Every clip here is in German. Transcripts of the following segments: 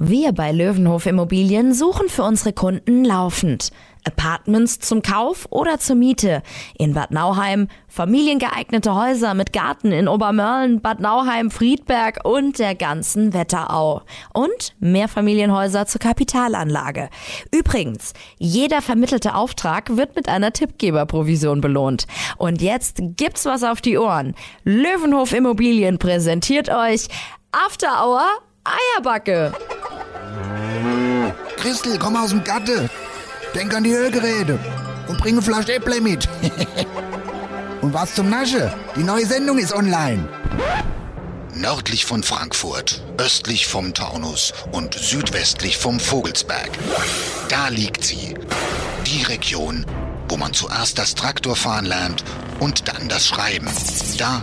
Wir bei Löwenhof Immobilien suchen für unsere Kunden laufend Apartments zum Kauf oder zur Miete in Bad Nauheim, familiengeeignete Häuser mit Garten in Obermörlen, Bad Nauheim, Friedberg und der ganzen Wetterau und Mehrfamilienhäuser zur Kapitalanlage. Übrigens, jeder vermittelte Auftrag wird mit einer Tippgeberprovision belohnt. Und jetzt gibt's was auf die Ohren. Löwenhof Immobilien präsentiert euch After Hour Eierbacke. Christel, komm aus dem Gatte. Denk an die Ölgeräte. Und bringe Flasch Äpple mit. und was zum Nasche? Die neue Sendung ist online. Nördlich von Frankfurt, östlich vom Taunus und südwestlich vom Vogelsberg. Da liegt sie. Die Region, wo man zuerst das Traktorfahren lernt und dann das Schreiben. Da,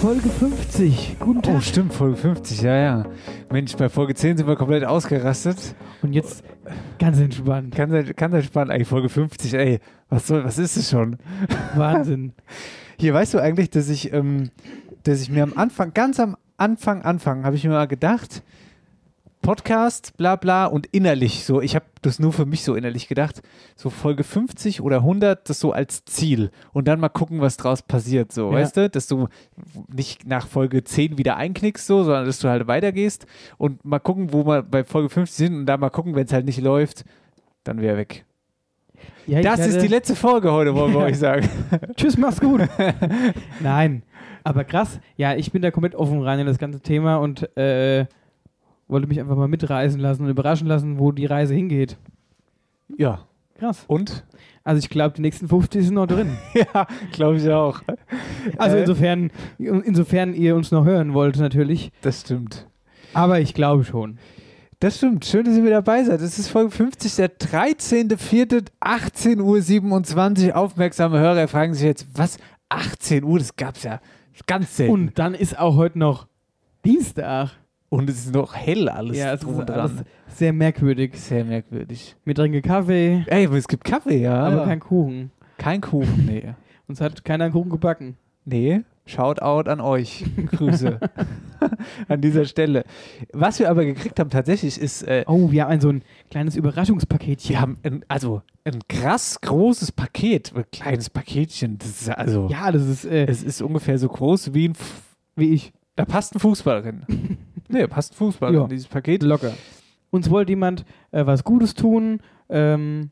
Folge 50. Guten Tag. Oh, stimmt, Folge 50, ja, ja. Mensch, bei Folge 10 sind wir komplett ausgerastet. Und jetzt ganz entspannt. Kann sein, kann sein spannend. Ey, Folge 50, ey, was soll, was ist es schon? Wahnsinn. Hier, weißt du eigentlich, dass ich, ähm, dass ich mir am Anfang, ganz am Anfang, Anfang, habe ich mir mal gedacht, Podcast, bla bla und innerlich so, ich habe das nur für mich so innerlich gedacht, so Folge 50 oder 100, das so als Ziel und dann mal gucken, was draus passiert, so, Ja. weißt du, dass du nicht nach Folge 10 wieder einknickst, so, sondern dass du halt weitergehst und mal gucken, wo wir bei Folge 50 sind und da mal gucken, wenn es halt nicht läuft, dann wäre weg. Ja, ich Das ist hatte- die letzte Folge heute, wollen wir euch sagen. Tschüss, mach's gut. Nein, aber krass. Ja, ich bin da komplett offen rein in das ganze Thema und äh, wollte mich einfach mal mitreisen lassen und überraschen lassen, wo die Reise hingeht. Ja. Krass. Und? Also ich glaube, die nächsten 50 sind noch drin. Ja, glaube ich auch. Also Äh. insofern, insofern ihr uns noch hören wollt natürlich. Das stimmt. Aber ich glaube schon. Das stimmt. Schön, dass ihr wieder dabei seid. Es ist Folge 50, der 13.04.18.27 Uhr. Aufmerksame Hörer fragen sich jetzt, was? 18 Uhr? Das gab's ja ganz selten. Und dann ist auch heute noch Dienstag. Und es ist noch hell alles ja, es drum ist und dran. alles sehr merkwürdig. Sehr merkwürdig. Wir trinken Kaffee, Ey, aber es gibt Kaffee, ja. aber, aber keinen Kuchen. kein Kuchen, nee. Uns hat keiner einen Kuchen gebacken. Nee, Shoutout an euch. Grüße an dieser Stelle. Was wir aber gekriegt haben tatsächlich ist, äh, Oh, wir haben ein so ein kleines Überraschungspaketchen. wir haben ein, also ein krass großes Paket, ein kleines Paketchen. Das ist ja also, Ja, das ist äh, es ist ungefähr so groß wie ein, F wie ich. da passt ein Fußball drin. nee, da passt ein Fußball Ja. in dieses Paket. Locker. Uns wollte jemand äh, was Gutes tun, ähm,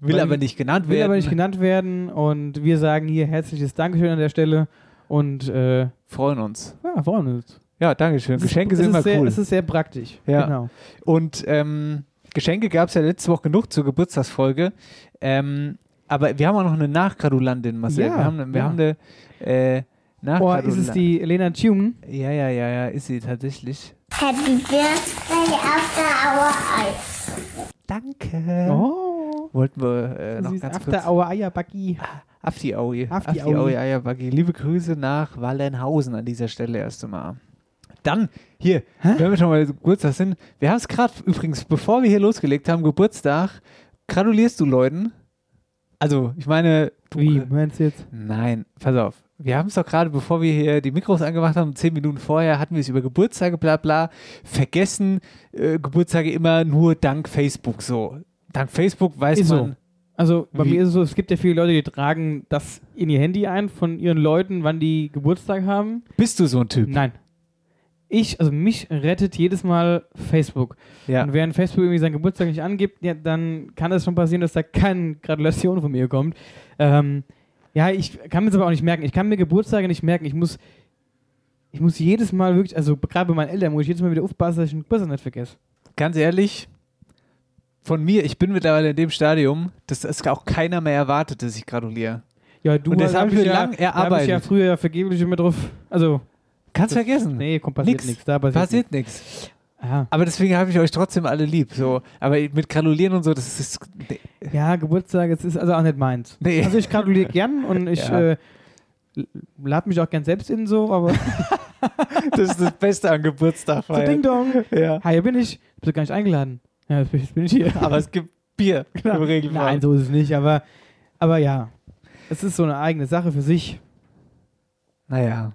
Will Weil- aber nicht genannt will werden. aber nicht genannt werden und wir sagen hier herzliches Dankeschön an der Stelle und äh, Freuen uns. ja, warum nicht? Ja, danke schön. Geschenke Es ist sind immer sehr, cool. Es ist sehr praktisch. Ja. Genau. Und ähm, Geschenke gab es ja letzte Woche genug zur Geburtstagsfolge. Ähm, aber wir haben auch noch eine Nachgradulandin, Marcel. Ja, wir haben, wir ja. haben eine äh, Oh, Nachgradulandin. ist es die Lena Tune? Ja, ja, ja, ja, ist sie tatsächlich. Happy birthday after our eyes. Danke. Oh, Wollten wir äh, sie noch ist ganz after kurz. our Eierbacki. Afti Aui. Afti Afti Aui. Aui Eierbacki. Liebe Grüße nach Wallenhausen an dieser Stelle erst einmal. Dann, hier, wenn wir schon mal Geburtstag sind. Wir haben es gerade übrigens, bevor wir hier losgelegt haben, Geburtstag. Gratulierst du Leuten? Also, ich meine, du, Wie meinst du jetzt? Nein, pass auf. Wir haben es doch gerade, bevor wir hier die Mikros angemacht haben, zehn Minuten vorher, hatten wir es über Geburtstage, bla bla. Vergessen, äh, Geburtstage immer nur dank Facebook so. Dank Facebook weiß Ist so. man. Also bei Wie- mir ist es so, es gibt ja viele Leute, die tragen das in ihr Handy ein von ihren Leuten, wann die Geburtstag haben. Bist du so ein Typ? Nein. Ich, also mich rettet jedes Mal Facebook. Ja. Und während Facebook irgendwie seinen Geburtstag nicht angibt, ja, dann kann es schon passieren, dass da keine Gratulation von mir kommt. Ähm, ja, ich kann mir das aber auch nicht merken. Ich kann mir Geburtstage nicht merken. Ich muss, ich muss jedes Mal wirklich, also gerade bei meinen Eltern, muss ich jedes Mal wieder aufpassen, dass ich den Geburtstag nicht vergesse. Ganz ehrlich, von mir, ich bin mittlerweile in dem Stadium, dass es auch keiner mehr erwartet, dass ich gratuliere. Ja, du Und das da haben ich wir ja, lang da hab ich ja erarbeitet. früher vergeblich immer drauf. Also, Kannst vergessen. nee, komm, passiert Nix. nichts. Da passiert, Passiert nichts. nix. Ja, Aber deswegen habe ich euch trotzdem alle lieb. So. Aber mit Granulieren und so, das ist. Nee. ja Geburtstag, es ist also auch nicht meins. Nee. Also ich gratuliere gern und ich Ja. äh, l- lad mich auch gern selbst in so, aber Das ist das Beste an Geburtstag. so Ding Dong. Ja. Hi, hier bin ich. Bist du gar nicht eingeladen? Ja, jetzt bin ich- jetzt bin ich hier. Aber Genau. es gibt Bier im Regelfall. Nein, so ist es nicht, aber, aber ja. Es ist so eine eigene Sache für sich. Naja.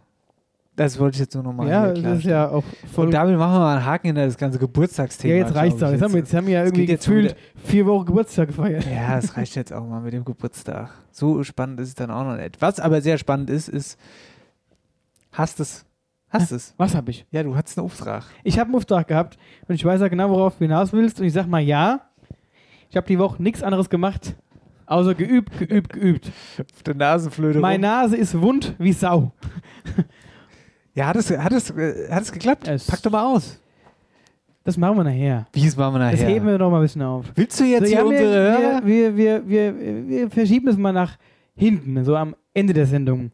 Das wollte ich jetzt nur nochmal ja, ja, das ist ja auch voll. Und damit machen wir mal einen Haken hinter das ganze Geburtstagsthema. ja, jetzt reicht's glaub auch. ich. Jetzt haben wir, jetzt haben wir ja Es irgendwie geht jetzt um gefühlt vier Wochen Geburtstag gefeiert. Ja, es reicht jetzt auch mal mit dem Geburtstag. So spannend ist es dann auch noch nicht. Was aber sehr spannend ist, ist, hast es. Hast es. Was hab ich? Ja, du hattest einen Auftrag. Ich habe einen Auftrag gehabt und ich weiß ja genau, worauf du hinaus willst. Und ich sag mal ja. Ich habe die Woche nichts anderes gemacht, außer geübt, geübt, geübt. Auf der Nasenflöte. Meine Nase ist wund wie Sau. ja, hat es, hat, es, äh, hat es geklappt? Es- Pack doch mal aus. Das machen wir nachher. Wie es machen wir Das nachher? heben wir noch mal ein bisschen auf. Willst du jetzt So, hier ja, wir- unsere Hörer? wir, wir, wir, wir, wir verschieben es mal nach hinten, so am Ende der Sendung.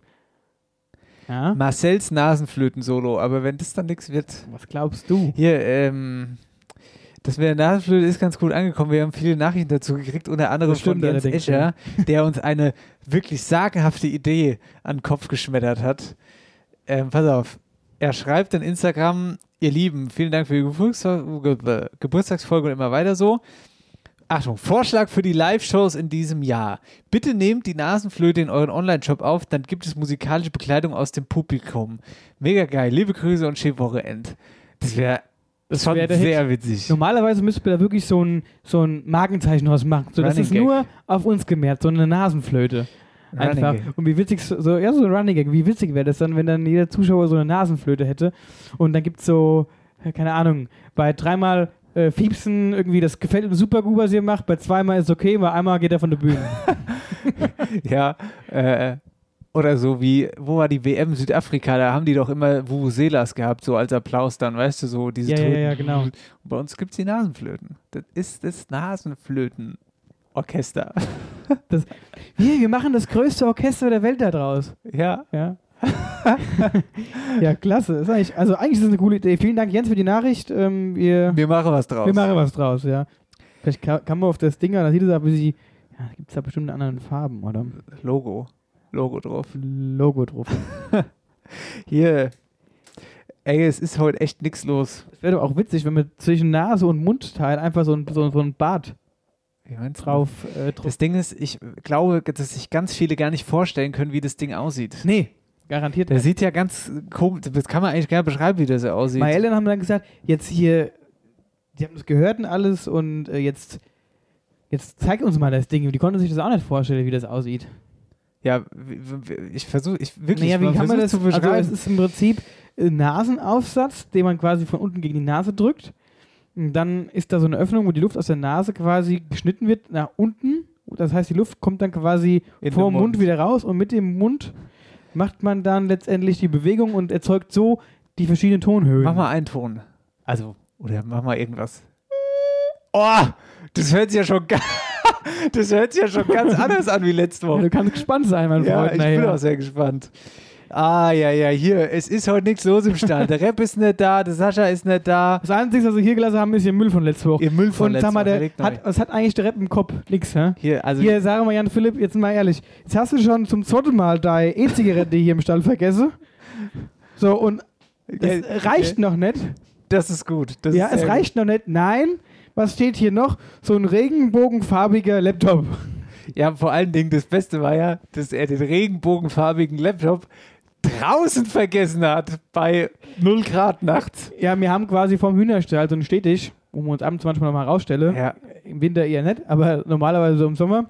Ja? Marcells Nasenflöten-Solo, aber wenn das dann nichts wird. Was glaubst du? Hier, ähm, das mit der Nasenflöte ist ganz gut angekommen. Wir haben viele Nachrichten dazu gekriegt, unter anderem Das stimmt von Jens allerdings, Escher, der uns eine wirklich sagenhafte Idee an den Kopf geschmettert hat. Ähm, pass auf, er schreibt in Instagram, ihr Lieben, vielen Dank für die Geburtstag Ge Geburtstagsfolge und immer weiter so. Achtung, Vorschlag für die Live-Shows in diesem Jahr. Bitte nehmt die Nasenflöte in euren Online-Shop auf, dann gibt es musikalische Bekleidung aus dem Publikum. Mega geil. Liebe Grüße und schönes Wochenende. Das wäre Das schon wär der sehr witzig. Normalerweise müssten wir da wirklich so ein, so ein Markenzeichen draus machen. So, das Running ist Gag. nur auf uns gemerkt, so eine Nasenflöte. Running Einfach. Gag. Und wie witzig, so, so- ja, so ein Running Gag. Wie witzig wäre das dann, wenn dann jeder Zuschauer so eine Nasenflöte hätte und dann gibt es so, ja, keine Ahnung, bei dreimal äh, Fiepsen irgendwie, das gefällt ihm super gut, was ihr macht, bei zweimal ist okay, bei einmal geht er von der Bühne. Ja, äh, oder so wie, wo war die WM Südafrika? Da haben die doch immer Vuvuzelas gehabt, so als Applaus dann, weißt du, so diese ja, ja, Tröten. ja, genau. Bei uns gibt es die Nasenflöten. Das ist das Nasenflötenorchester. Hier, wir machen das größte Orchester der Welt da draus. ja. Ja. ja, klasse. Ist eigentlich, also eigentlich ist es eine coole Idee. Vielen Dank, Jens, für die Nachricht. Ähm, wir, Wir machen was draus. wir machen was draus, ja. Vielleicht kann, kann man auf das Ding, da sieht es aber, wie ja, gibt es da bestimmt in anderen Farben oder Logo. Logo drauf. Logo drauf. Hier. Ey, es ist heute echt nix los. Es wäre doch auch witzig, wenn wir zwischen Nase und Mundteil einfach so ein, so, so ein Bart Wie meinst du? drauf äh, drauf. Das Ding ist, ich glaube, dass sich ganz viele gar nicht vorstellen können, wie das Ding aussieht. Nee, garantiert. Der nicht. sieht ja ganz komisch, das kann man eigentlich gar nicht beschreiben, wie das aussieht. Meine Eltern haben dann gesagt, jetzt hier, die haben das gehört und alles und äh, jetzt, jetzt zeig uns mal das Ding. Die konnten sich das auch nicht vorstellen, wie das aussieht. Ja, w- w- ich versuche, ich wirklich, naja, wie man kann man versucht das zu beschreiben. Also es ist im Prinzip äh, Nasenaufsatz, den man quasi von unten gegen die Nase drückt. Und dann ist da so eine Öffnung, wo die Luft aus der Nase quasi geschnitten wird nach unten. Das heißt, die Luft kommt dann quasi In vor den dem Mund. Mund. wieder raus und mit dem Mund macht man dann letztendlich die Bewegung und erzeugt so die verschiedenen Tonhöhen. mach mal einen Ton. Also, oder mach mal irgendwas. Oh, das hört sich ja schon, ga- das hört sich ja schon ganz anders an wie letzte Ja, Woche. du kannst gespannt sein, mein oh. Ja, Freund. ich nachher. bin auch sehr gespannt. Ah, ja, ja, hier, es ist heute nichts los im Stand. Der Rap ist nicht da, der Sascha ist nicht da. Das Einzige, was wir hier gelassen haben, ist ihr Müll von letzter Woche. Ihr Müll von Und letzter sag mal, Woche, der legt neu. hat, was hat eigentlich der Rap im Kopf? Nix, hä? Hier, also, Hier, sag mal, Jan Philipp, jetzt mal ehrlich. Jetzt hast du schon zum zweiten Mal deine E-Zigarette hier im Stall vergessen. So, und Ja, es reicht noch nicht. äh, das ist gut. Das Ja, ist es sehr reicht noch nicht. Nein, was steht hier noch? So ein regenbogenfarbiger Laptop. Gut. Ja, vor allen Dingen, das Beste war ja, dass er den regenbogenfarbigen Laptop draußen vergessen hat, bei 0 Grad nachts. Ja, wir haben quasi vom Hühnerstall so einen Stetig, wo wir uns abends manchmal nochmal rausstellen. Ja, Im Winter eher nicht, aber normalerweise so im Sommer.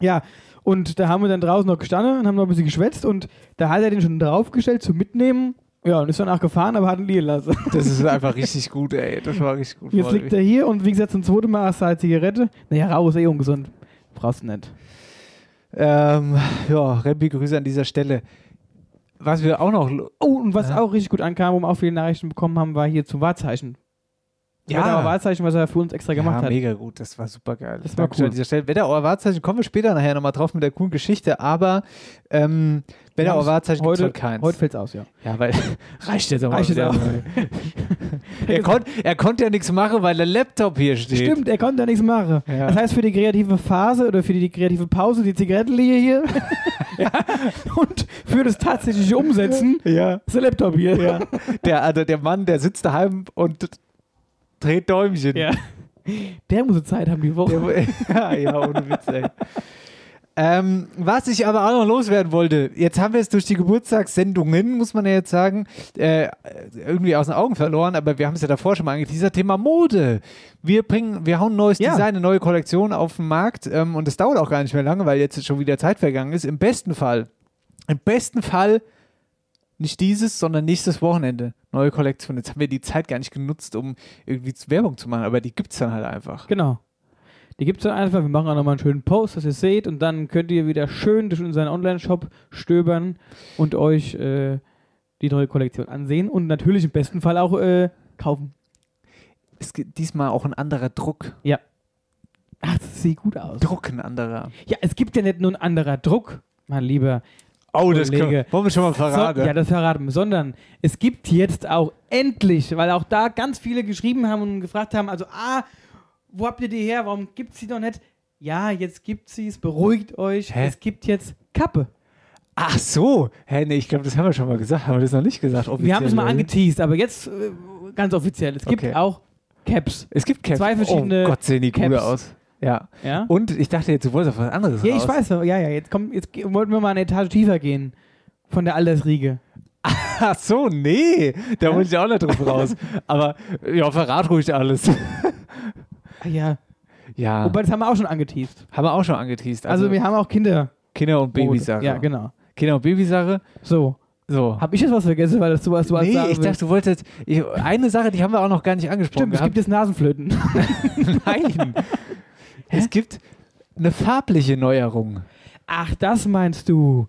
Ja, und da haben wir dann draußen noch gestanden und haben noch ein bisschen geschwätzt und da hat er den schon draufgestellt zum Mitnehmen. Ja, und ist danach gefahren, aber hat ihn liegen lassen. das ist einfach richtig gut, ey. Das war richtig gut. Jetzt liegt er hier und wie gesagt, zum zweiten Mal hast du halt Zigarette. Naja, rau ist eh ungesund. Brauchst du nicht. ähm, ja, Rembi, Grüße an dieser Stelle. Was wir auch noch. lo- Oh, und was Ja. auch richtig gut ankam, wo wir auch viele Nachrichten bekommen haben, war hier zum Wahrzeichen. Ja. Wetterauer Wahrzeichen, was er für uns extra gemacht ja, hat. mega gut. Das war super geil. Das war Dankeschön cool. an dieser Stelle. Wetterauer Wahrzeichen kommen wir später nachher nochmal drauf mit der coolen Geschichte, aber ähm, Wetterauer Wir haben's- Wahrzeichen gibt heute, halt keins. Heute fällt's aus, ja. ja, weil reicht jetzt auch mal Reicht jetzt wieder. auch. er, konnt, er konnte ja nichts machen, weil der Laptop hier steht. Stimmt, er konnte ja nichts machen. Ja. Das heißt, für die kreative Phase oder für die kreative Pause, die Zigarettenlinie hier ja. und für das tatsächliche Umsetzen Ja. ist der Laptop hier. ja. Der, also der Mann, der sitzt daheim und dreht Däumchen. Ja. Der muss Zeit haben die Woche. ja, ja, ohne Witz, ey. Ähm, was ich aber auch noch loswerden wollte, jetzt haben wir es durch die Geburtstagssendungen, muss man ja jetzt sagen, äh, irgendwie aus den Augen verloren, aber wir haben es ja davor schon mal angeteasert, Thema Mode. Wir bringen, wir hauen ein neues Ja. Design, eine neue Kollektion auf den Markt ähm, und es dauert auch gar nicht mehr lange, weil jetzt schon wieder Zeit vergangen ist. Im besten Fall, im besten Fall nicht dieses, sondern nächstes Wochenende neue Kollektion. Jetzt haben wir die Zeit gar nicht genutzt, um irgendwie Werbung zu machen, aber die gibt es dann halt einfach. Genau. Die gibt es dann einfach. Wir machen auch nochmal einen schönen Post, dass ihr seht. Und dann könnt ihr wieder schön durch unseren Online-Shop stöbern und euch äh, die neue Kollektion ansehen. Und natürlich im besten Fall auch äh, kaufen. Es gibt diesmal auch ein anderer Druck. Ach, das sieht gut aus. Druck ein anderer. Ja, es gibt ja nicht nur ein anderer Druck, mein Lieber. Oh, das können- Kollege. wollen wir schon mal So, ja, das verraten wir. Sondern es gibt jetzt auch endlich, weil auch da ganz viele geschrieben haben und gefragt haben, also, ah, wo habt ihr die her? Warum gibt es die noch nicht? Ja, jetzt gibt sie es. Beruhigt euch. Hä? Es gibt jetzt Kappe. Ach so. Hä, nee, ich glaube, das haben wir schon mal gesagt. Haben wir das noch nicht gesagt? Wir haben es mal angeteasert. angeteased, aber jetzt äh, ganz offiziell. Es gibt Okay. auch Caps. Es gibt Caps. Zwei verschiedene Oh Gott, sehen die cool Caps. aus. Ja. Ja, Und ich dachte jetzt, du wolltest auf was anderes ja ich raus. weiß. Ja, ja, jetzt, komm, jetzt ge- wollten wir mal eine Etage tiefer gehen von der Altersriege. Ach so, nee. Da wollte ich auch nicht drauf raus. Aber ja, verrat ruhig alles. Ach Ah, ja, ja. wobei das haben wir auch schon angeteased. haben wir auch schon angeteased. Oh, Also, wir haben auch Kinder. Kinder- und Babysache. Ja, genau. Kinder- und Babysache. So, So. habe ich jetzt was vergessen, weil das du was du als nee, sagen ich willst? dachte, du wolltest. Ich, eine Sache, die haben wir auch noch gar nicht angesprochen. Stimmt, es gehabt. gibt jetzt Nasenflöten. Nein. es gibt eine farbliche Neuerung. Ach, das meinst du.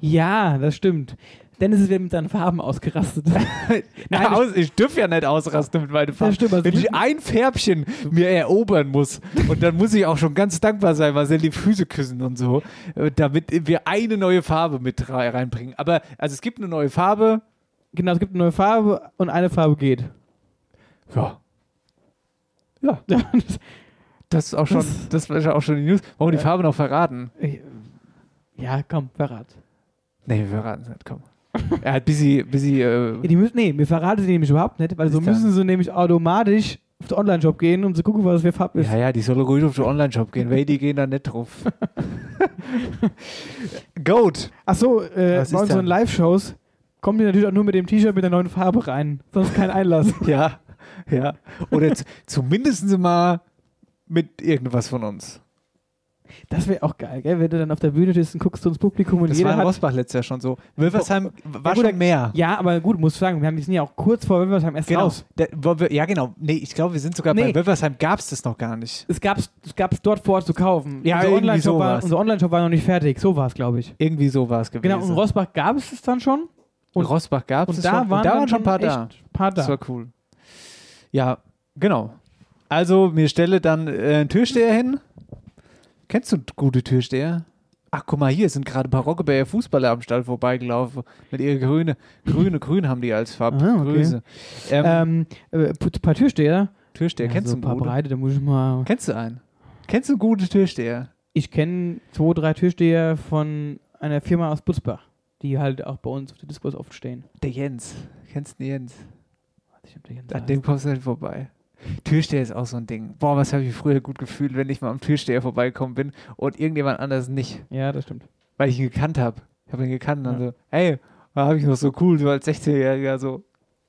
Ja, das stimmt. Dennis ist wieder mit seinen Farben ausgerastet. Nein, aus, ich dürfe ja nicht ausrasten mit meinen Farben. stimmt, also Wenn ich mit- ein Färbchen mir erobern muss, und dann muss ich auch schon ganz dankbar sein, Marcel die Füße küssen und so, äh, damit wir eine neue Farbe mit rei- reinbringen. Aber also es gibt eine neue Farbe. genau, es gibt eine neue Farbe und eine Farbe geht. Ja. Ja, das ist auch schon, das war ja auch schon die News. Wollen wir die Farbe noch verraten? Ja, komm, verrat. Nee, wir verraten es nicht, komm. Er hat busy, busy, äh, Ja, Die müssen, nee, mir verratet die nämlich überhaupt nicht, weil so Ist dann- müssen sie nämlich automatisch auf den Online-Shop gehen, um zu gucken, was wir Farb ist. Ja, ja, die sollen ruhig auf den Online-Shop gehen, weil die gehen da nicht drauf. Goat. Achso, äh, Was bei ist unseren da? Live-Shows kommen die natürlich auch nur mit dem T-Shirt mit der neuen Farbe rein. Sonst kein Einlass. Ja, ja. Oder z- zumindest mal mit irgendwas von uns. Das wäre auch geil, gell? Wenn du dann auf der Bühne stehst und guckst du ins Publikum und Das jeder war in hat Oh, Rosbach letztes Jahr schon so. Wilversheim war gut, schon mehr. Ja, aber gut, muss ich sagen, wir haben die sind ja auch kurz vor Wilmersheim erst Genau. raus. Da, wo wir, ja, genau. Nee, ich glaube, wir sind sogar Nee. bei Wilversheim gab es das noch gar nicht. Es gab es gab's dort vor Ort zu kaufen. Ja, unser irgendwie Online-Shop war, sowas. unser Online-Shop war noch nicht fertig. So war es, glaube ich. Irgendwie so war es gewesen. Genau, und in Rosbach gab es es dann schon. In Rosbach gab es Und schon. da, waren, und da dann waren schon ein paar da. echt paar Das da. war cool. Ja, genau. Also, mir stelle dann äh, einen Türsteher hin. Kennst du gute Türsteher? Ach, guck mal, hier sind gerade ein paar Rockeberger Fußballer am Stall vorbeigelaufen. Mit ihrer grüne, grüne, grün haben die als Ah, okay. Farbgröße. Ähm, Ähm, äh, p- paar Türsteher. Türsteher, Ja, kennst so du ein paar einen guten? Breite, da muss ich mal. Kennst du einen? Kennst du gute Türsteher? Ich kenne zwei, drei Türsteher von einer Firma aus Butzbach, die halt auch bei uns auf der Discos oft stehen. Der Jens. Kennst du den Jens? Weiß nicht, ob die ganz An heißen. dem kommst du nicht vorbei. Türsteher ist auch so ein Ding. Boah, was habe ich früher gut gefühlt, wenn ich mal am Türsteher vorbeigekommen bin und irgendjemand anders nicht. Ja, das stimmt. weil ich ihn gekannt habe. Ich habe ihn gekannt und dann Ja. so, hey, da habe ich noch so cool, so als 16-Jähriger, so.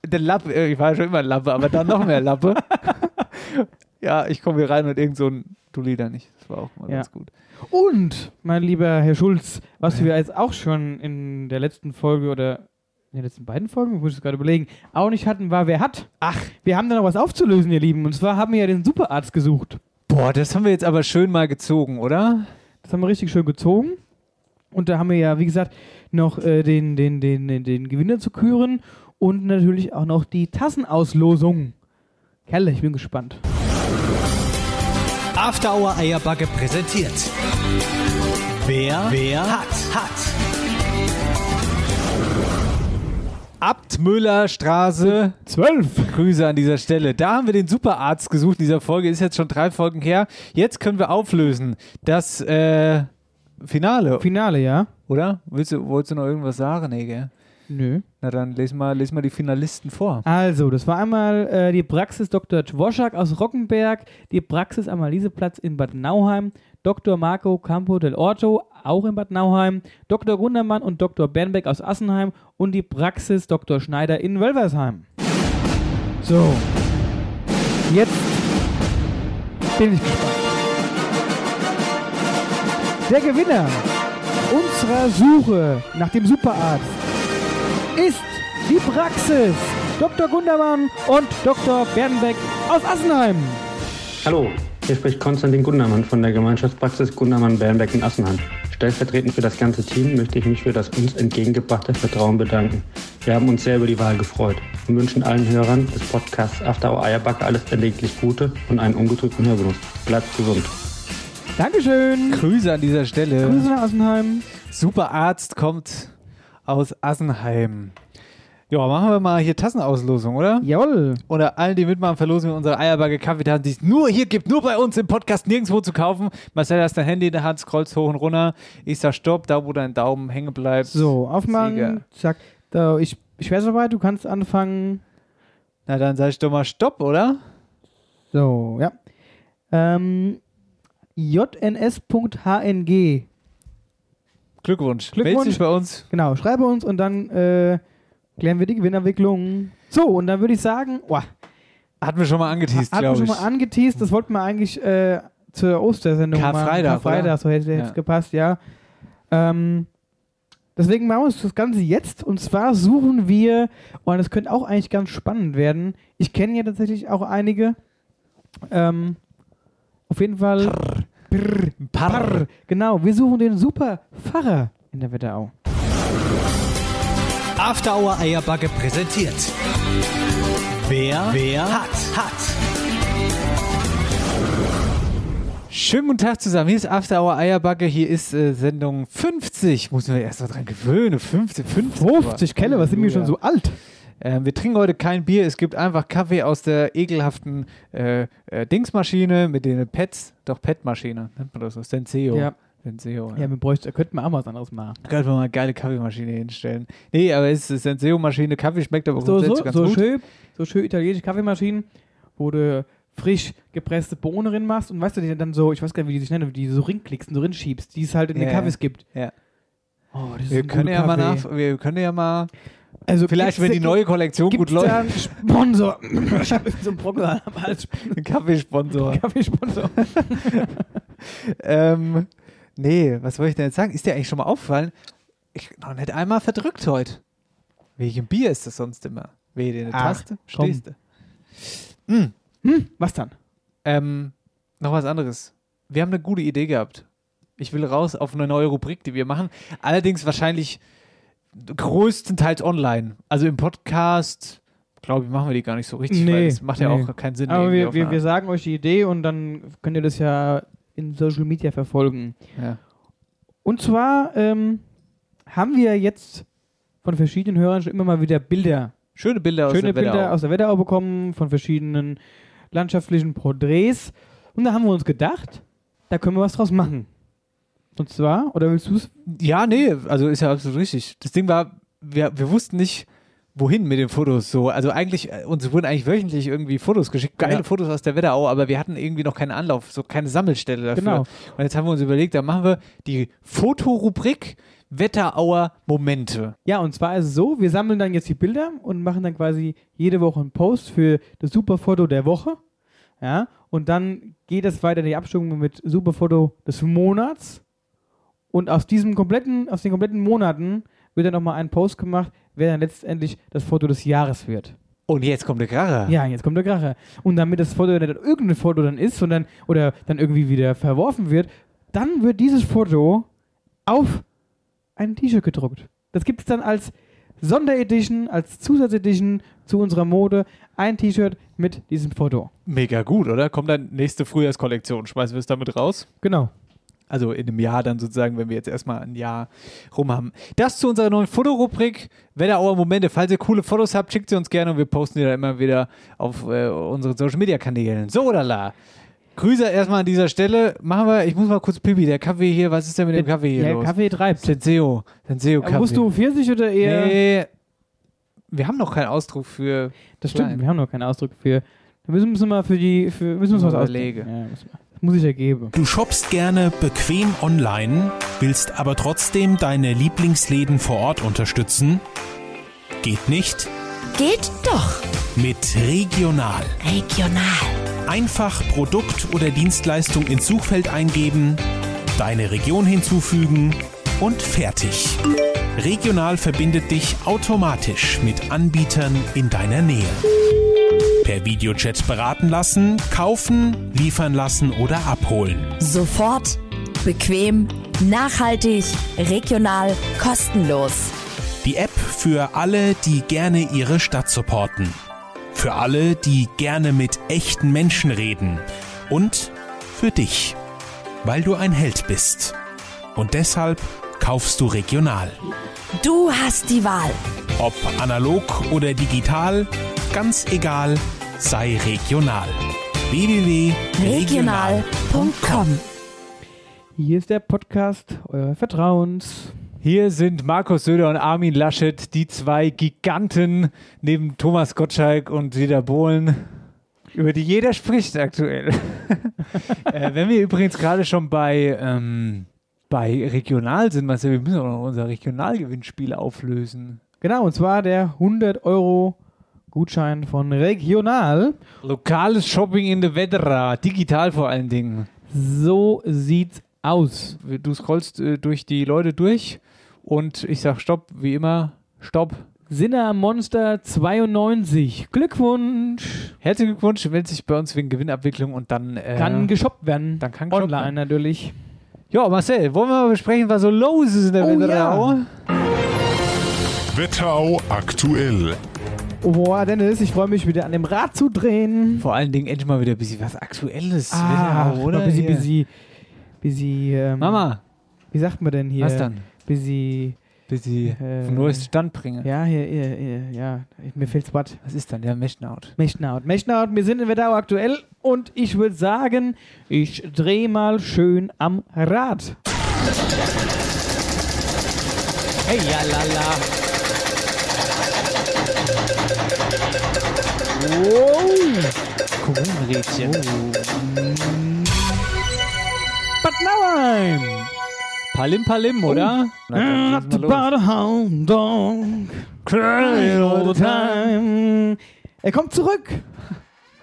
Der Lappe, äh, ich war schon immer ein Lappe, aber dann noch mehr Lappe. ja, ich komme hier rein und irgend so ein Dulli da nicht. Das war auch mal Ja. ganz gut. Und, mein lieber Herr Schulz, was wir jetzt auch schon in der letzten Folge oder in den letzten beiden Folgen, ich muss es gerade überlegen, auch nicht hatten, war wer hat. Ach. Wir haben da noch was aufzulösen, ihr Lieben. Und zwar haben wir ja den Superarzt gesucht. Boah, das haben wir jetzt aber schön mal gezogen, oder? Das haben wir richtig schön gezogen. Und da haben wir ja, wie gesagt, noch äh, den, den, den, den, den Gewinner zu küren und natürlich auch noch die Tassenauslosung. Kerle, ich bin gespannt. After Hour Eierbacke präsentiert. Wer, wer hat, hat. Abtmüller Straße 12. Grüße an dieser Stelle. Da haben wir den Superarzt gesucht in dieser Folge. Ist jetzt schon drei Folgen her. Jetzt können wir auflösen. Das äh, Finale, Finale, ja? oder? Willst du, wolltest du noch irgendwas sagen? Nee, gell? Nö. Na dann les mal, les mal die Finalisten vor. Also, das war einmal äh, die Praxis Dr. Dvorak aus Rockenberg, die Praxis am Aliseplatz in Bad Nauheim, Dr. Marco Campo del Orto, auch in Bad Nauheim, Dr. Gundermann und Dr. Bernbeck aus Assenheim und die Praxis Dr. Schneider in Wölversheim. So. Jetzt bin ich gespannt. Der Gewinner unserer Suche nach dem Superarzt ist die Praxis. Dr. Gundermann und Dr. Bernbeck aus Assenheim. Hallo, hier spricht Konstantin Gundermann von der Gemeinschaftspraxis Gundermann Bernberg in Assenheim. Stellvertretend für das ganze Team möchte ich mich für das uns entgegengebrachte Vertrauen bedanken. Wir haben uns sehr über die Wahl gefreut und wünschen allen Hörern des Podcasts After Our Eierbacke alles erdenklich Gute und einen ungedrückten Hörgenuss. Bleibt gesund. Dankeschön. Grüße an dieser Stelle. Grüße nach Assenheim. Superarzt kommt aus Assenheim. Ja, machen wir mal hier Tassenauslosung, oder? Jawohl. Oder allen, die mitmachen, verlosen wir unsere Eierbagge Kaffeetassen, die es nur hier gibt, nur bei uns im Podcast nirgendwo zu kaufen. Marcel hast dein Handy in der Hand, scrollst hoch und runter. Ich sag Stopp, da wo dein Daumen hängen bleibt. So, aufmachen. Sieger. Zack. Da, ich, ich wäre soweit, du kannst anfangen. Na dann sag ich doch mal Stopp, oder? So, ja. Ähm, jns.hng. Glückwunsch. Glückwunsch. Meld dich bei uns. Genau, schreibe uns und dann äh, klären wir die Gewinnentwicklung. So, und dann würde ich sagen, boah, Hatten wir schon mal angeteased, Hat man glaube schon ich. mal angeteased, das wollten wir eigentlich äh, zur Ostersendung Karfreitag, machen. Karfreitag, oder? so hätte es Ja. gepasst, ja. Ähm, deswegen machen wir uns das Ganze jetzt und zwar suchen wir, und das könnte auch eigentlich ganz spannend werden, ich kenne ja tatsächlich auch einige, ähm, auf jeden Fall, Brr, Parr. Parr. genau, wir suchen den Superpfarrer in der Wetterau. After Hour Eierbacke präsentiert. Wer, wer hat, hat. Schönen guten Tag zusammen. Hier ist After Hour Eierbacke. Hier ist äh, Sendung 50. Muss man erst mal dran gewöhnen. 50, 50. 50 Kelle, was sind wir schon so alt? Ähm, wir trinken heute kein Bier, es gibt einfach Kaffee aus der ekelhaften äh, äh, Dingsmaschine mit den Pets, doch Petmaschine, nennt man das so, Senseo. Ja. Senseo, ja. Ja, wir bräuchten, könnten wir auch mal was anderes machen. Könnte man mal eine geile Kaffeemaschine hinstellen. Nee, aber es ist eine Senseo-Maschine, Kaffee schmeckt aber so, so, grundsätzlich ganz so, gut. schön, so schön italienische Kaffeemaschinen, wo du frisch gepresste Bohnen drin machst und weißt du, die dann so, ich weiß gar nicht, wie die sich nennen, die du so rinklickst und so rinschiebst, die es halt in den Ja, Kaffees gibt. ja. Oh, das ist Wir ein können, guter ja mal Kaffee. nach, wir können ja mal, Also vielleicht wenn gibt's- die neue Kollektion gibt's gut da läuft, einen Sponsor. ich habe so einen Brocker als einen Kaffeesponsor. Kaffeesponsor. ähm, nee, was wollte ich denn jetzt sagen? Ist dir eigentlich schon mal aufgefallen, ich noch nicht einmal verdrückt heute. Wegen Bier ist das sonst immer. Wehe dir eine Ach, Taste, komm. stehst du. Hm, Was dann? Ähm, noch was anderes. Wir haben eine gute Idee gehabt. Ich will raus auf eine neue Rubrik, die wir machen. Allerdings wahrscheinlich größtenteils online. Also im Podcast, glaube ich, machen wir die gar nicht so richtig, weil Nee, das macht ja nee. auch keinen Sinn. Aber irgendwie wir, auf wir, eine wir Art. sagen euch die Idee und dann könnt ihr das ja in Social Media verfolgen. Ja. Und zwar ähm, haben wir jetzt von verschiedenen Hörern schon immer mal wieder Bilder Schöne Bilder schöne aus der Bilder Wetterau. aus der Wetterau bekommen, von verschiedenen landschaftlichen Porträts. Und da haben wir uns gedacht, da können wir was draus machen. Und zwar, oder willst du es? Ja, nee, also ist ja absolut richtig. Das Ding war, wir, wir wussten nicht, wohin mit den Fotos so. Also eigentlich, äh, uns wurden eigentlich wöchentlich irgendwie Fotos geschickt, geile Ja. Fotos aus der Wetterau, aber wir hatten irgendwie noch keinen Anlauf, so keine Sammelstelle dafür. Genau. Und jetzt haben wir uns überlegt, dann machen wir die Fotorubrik Wetterauer Momente. Ja, und zwar ist es so, wir sammeln dann jetzt die Bilder und machen dann quasi jede Woche einen Post für das Superfoto der Woche. Ja, und dann geht es weiter in die Abstimmung mit Superfoto des Monats. Und aus diesem kompletten, aus den kompletten Monaten wird dann nochmal ein Post gemacht, wer dann letztendlich das Foto des Jahres wird. Und jetzt kommt der Kracher. Ja, jetzt kommt der Kracher. Und damit das Foto nicht irgendein Foto dann ist sondern, oder dann irgendwie wieder verworfen wird, dann wird dieses Foto auf ein T-Shirt gedruckt. Das gibt es dann als Sonderedition als Zusatzedition zu unserer Mode ein T-Shirt mit diesem Foto. Mega gut, oder? Kommt dann nächste Frühjahrskollektion, schmeißen wir es damit raus? Genau. Also in einem Jahr dann sozusagen, wenn wir jetzt erstmal ein Jahr rum haben. Das zu unserer neuen Fotorubrik Wetterauer Momente. Falls ihr coole Fotos habt, schickt sie uns gerne und wir posten die dann immer wieder auf äh, unseren Social Media Kanälen. So oder la. Grüße erstmal an dieser Stelle. Machen wir, ich muss mal kurz Pipi, der Kaffee hier, was ist denn mit dem Kaffee hier ja, los? Kaffee treibt. Senseo, Senseo Kaffee. Musst du Pfirsich oder eher? Nee, wir haben noch keinen Ausdruck für Das stimmt, Nein. wir haben noch keinen Ausdruck für. Da müssen wir mal für die. Für, müssen wir uns was Überlege. ausdenken. Ja, muss, muss ich ja geben. Du shoppst gerne bequem online, willst aber trotzdem deine Lieblingsläden vor Ort unterstützen? Geht nicht? Geht doch. Mit Regional. Regional. Einfach Produkt oder Dienstleistung ins Suchfeld eingeben, deine Region hinzufügen und fertig. Regional verbindet dich automatisch mit Anbietern in deiner Nähe. Per Videochat beraten lassen, kaufen, liefern lassen oder abholen. Sofort, bequem, nachhaltig, regional, kostenlos. Die App für alle, die gerne ihre Stadt supporten. Für alle, die gerne mit echten Menschen reden. Und für dich. Weil du ein Held bist. Und deshalb kaufst du regional. Du hast die Wahl. Ob analog oder digital, ganz egal, sei regional. www.regional.com Regional.com. Hier ist der Podcast eurer Vertrauens. Hier sind Markus Söder und Armin Laschet, die zwei Giganten neben Thomas Gottschalk und Dieter Bohlen, über die jeder spricht aktuell. äh, wenn wir übrigens gerade schon bei, ähm, bei Regional sind, Marcel, wir müssen auch noch unser Regionalgewinnspiel auflösen. Genau, und zwar der 100 Euro Gutschein von Regional. Lokales Shopping in der Wettera, digital vor allen Dingen. So sieht's aus. Du scrollst äh, durch die Leute durch und ich sag Stopp, wie immer, Stopp. Sinner Monster 92. Glückwunsch. Herzlichen Glückwunsch, meldet sich bei uns wegen Gewinnabwicklung und dann äh, Kann geshoppt werden. Dann kann geshoppt Online werden. natürlich. Ja, Marcel, wollen wir mal besprechen, was so los ist in der Oh Wetterau? ja. Wetterau aktuell. Oh, boah, Dennis, ich freue mich wieder an dem Rad zu drehen. Vor allen Dingen endlich mal wieder ein bisschen was Aktuelles. Wetterau, Ah, oder? Busy, Hier. busy, busy. Ähm, Mama, Wie sagt man denn hier? was dann? Busy. Busy Äh, vom neuesten Stand bringen. Ja, hier, hier, hier ja. Mir fehlt's was. Was ist dann? Der Meshnout. Mechnaut. Mechnaut, wir sind in Wetterau aktuell und ich würde sagen, ich drehe mal schön am Rad. Hey, ja, la, la. Kuhrenrädchen. Bad Nauheim! Palim, palim, Oh. oder? Na, dann At geht's mal los. the hound dog, crying all the time. Er kommt zurück,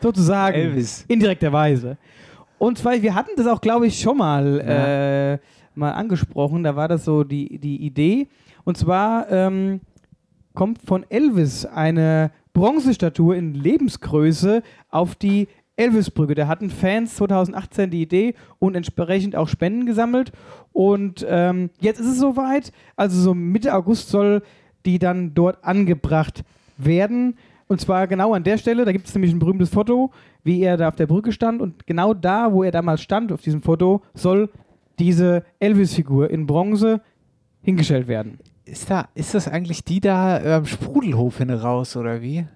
sozusagen. Elvis. Indirekterweise. Und zwar, wir hatten das auch, glaube ich, schon mal, äh, mal angesprochen. Da war das so die, die Idee. Und zwar ähm, kommt von Elvis eine Bronzestatue in Lebensgröße auf die Elvisbrücke. Da hatten Fans 2018 die Idee und entsprechend auch Spenden gesammelt. Und ähm, jetzt ist es soweit. Also so Mitte August soll die dann dort angebracht werden. Und zwar genau an der Stelle, da gibt es nämlich ein berühmtes Foto, wie er da auf der Brücke stand. Und genau da, wo er damals stand, auf diesem Foto, soll diese Elvis-Figur in Bronze hingestellt werden. Ist, da, ist das eigentlich die da äh, am Sprudelhof hin raus, oder wie?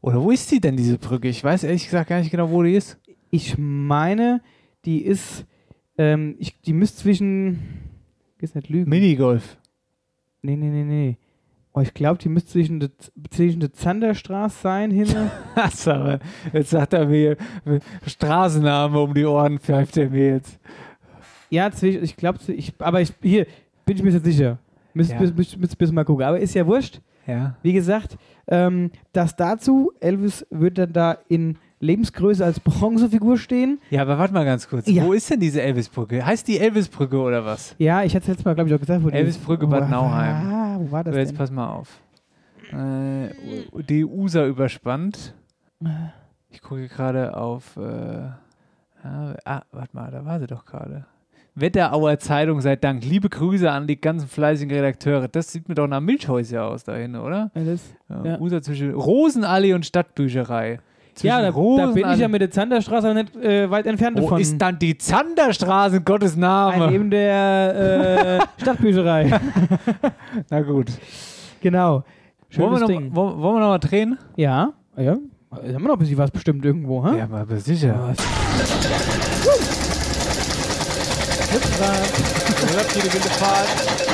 Oder wo ist die denn, diese Brücke? Ich weiß ehrlich gesagt gar nicht genau, wo die ist. Ich meine, die ist, ähm, ich, die müsste zwischen, geht's nicht lügen? Minigolf. Nee, nee, nee, nee. Oh, ich glaube, die müsste zwischen der, zwischen der Zanderstraße sein, hin. Was aber? Jetzt sagt er mir äh, Straßenname um die Ohren, pfeift er mir jetzt. ja, zwischen, ich glaube, ich, aber ich, hier, bin ich mir jetzt sicher. Müsst Ja. ja. mal gucken. Aber ist ja wurscht. Ja. Wie gesagt, ähm, das dazu, Elvis wird dann da in Lebensgröße als Bronzefigur stehen. Ja, aber warte mal ganz kurz. Ja. Wo ist denn diese Elvisbrücke? Heißt die Elvisbrücke oder was? Ja, ich hatte es letztes Mal, glaube ich, auch gesagt. Wo die- Elvisbrücke, wo- Bad Nauheim. Ah, wo war das Aber jetzt denn? pass mal auf. Äh, U- die User überspannt. Ich gucke gerade auf. Äh, ah, ah, warte mal, da war sie doch gerade. Wetterauer Zeitung sei Dank. Liebe Grüße an die ganzen fleißigen Redakteure. Das sieht mir doch nach Milchhäuser aus da hinten, oder? Alles. Ja. Ja. User zwischen Rosenallee und Stadtbücherei. Zwischen Ja, da, da bin ich Rosenallee- ja mit der Zanderstraße aber nicht äh, weit entfernt Wo davon. ist dann die Zanderstraße, in Gottes Ah, Name? neben der äh, Stadtbücherei. Na gut. genau. Wollen wir, Schönes noch, Ding. wollen, wollen wir noch mal drehen? Ja, Ah, ja. Da haben wir noch ein bisschen was bestimmt irgendwo, hä? mal aber sicher.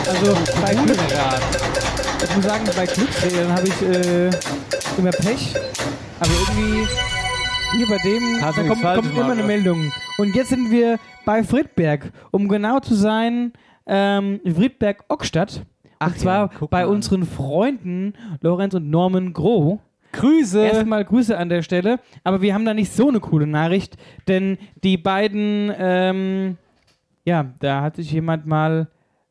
Also bei Glück, ich muss sagen, bei Glücksrädern habe ich äh, immer Pech. Aber irgendwie hier bei dem Hast du da nichts kommt, falsch kommt immer gemacht, eine oder? Meldung. Und jetzt sind wir bei Friedberg, um genau zu sein, ähm, Friedberg Ockstadt. Ach Und zwar ja, guck bei mal an. unseren Freunden Lorenz und Norman Groh. Grüße. Erstmal Grüße an der Stelle, aber wir haben da nicht so eine coole Nachricht, denn die beiden, ähm, ja, da hat sich jemand mal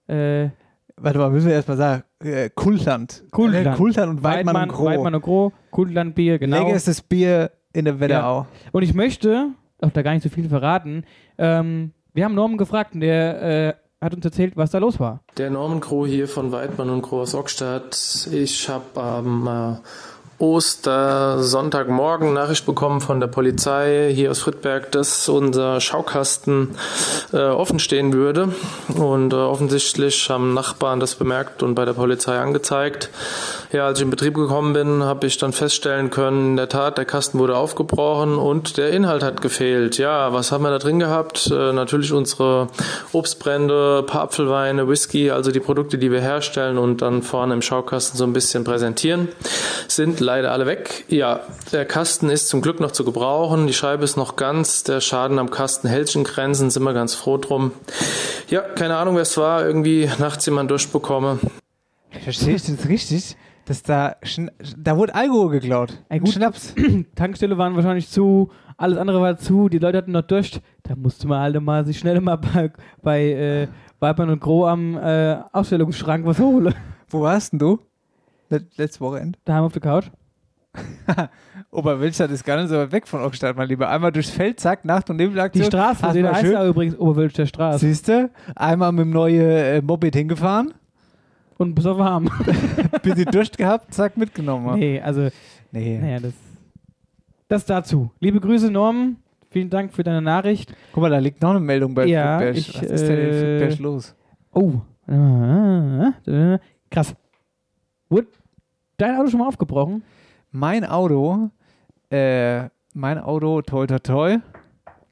äh, Warte mal, müssen wir erstmal sagen. Äh, Kultland. Kultland. Äh, Kultland und Weidmann, und Groh. Weidmann und Groh, Kultlandbier, genau. Leckestes Bier in der Wetterau. Und ich möchte, darf da gar nicht so viel verraten, ähm, wir haben Norman gefragt und der äh, hat uns erzählt, was da los war. Der Norman Groh hier von Weidmann und Groh aus Ockstadt. Ich habe am äh, Ostersonntagmorgen Nachricht bekommen von der Polizei hier aus Friedberg, dass unser Schaukasten äh, offen stehen würde. Und äh, offensichtlich haben Nachbarn das bemerkt und bei der Polizei angezeigt. Ja, als ich in Betrieb gekommen bin, habe ich dann feststellen können, in der Tat, der Kasten wurde aufgebrochen und der Inhalt hat gefehlt. Ja, was haben wir da drin gehabt? Äh, natürlich unsere Obstbrände, paar Apfelweine, Whisky, also die Produkte, die wir herstellen und dann vorne im Schaukasten so ein bisschen präsentieren, sind leider alle weg. Ja, der Kasten ist zum Glück noch zu gebrauchen, die Scheibe ist noch ganz, der Schaden am Kasten hält sich in Grenzen, sind wir ganz froh drum. Ja, keine Ahnung, wer es war, irgendwie nachts jemand durchbekomme. Verstehe ich das richtig? Dass da, schn- da wurde Alkohol geklaut. Ey, Ein gut. Schnaps. Tankstelle waren wahrscheinlich zu, alles andere war zu, die Leute hatten noch Durst. Da musste man halt mal sich schnell mal bei, bei äh, Weidmann und Groh am äh, Ausstellungsschrank was holen. Wo warst denn du? Let letztes Wochenende. Daheim auf der Couch. Oberwildstadt ist gar nicht so weit weg von Ockstadt, mein Lieber. Einmal durchs Feld, zack, Nacht- und Die Nebenaktion. Straße, Hast die mal heißt schön- da übrigens Oberwölscher Straße. Siehst du? Einmal mit dem neuen äh, Moped hingefahren, Und besoffen haben. bisschen Durst gehabt, zack, mitgenommen. nee, also Nee. Naja, das, das dazu. Liebe Grüße, Norm. Vielen Dank für deine Nachricht. Guck mal, da liegt noch eine Meldung bei Ja, Flickbash. ich, Was ist denn in äh, Flickbash los? Oh. Krass. Wurde dein Auto schon mal aufgebrochen? Mein Auto, äh, mein Auto, toi, toi, toi.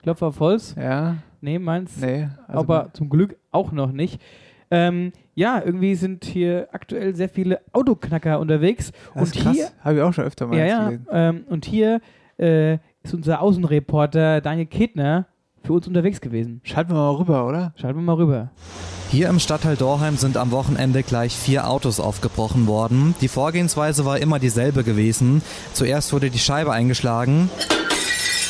Klopfer auf Holz? Ja, Nee, meins. nee. also aber zum Glück auch noch nicht. Ähm, ja, irgendwie sind hier aktuell sehr viele Autoknacker unterwegs. Das Und ist krass. hier Habe ich auch schon öfter mal Ja, ja. gelesen. Ähm, und hier äh, ist unser Außenreporter Daniel Ketner für uns unterwegs gewesen. Schalten wir mal rüber, oder? Schalten wir mal rüber. Hier im Stadtteil Dorheim sind am Wochenende gleich vier Autos aufgebrochen worden. Die Vorgehensweise war immer dieselbe gewesen. Zuerst wurde die Scheibe eingeschlagen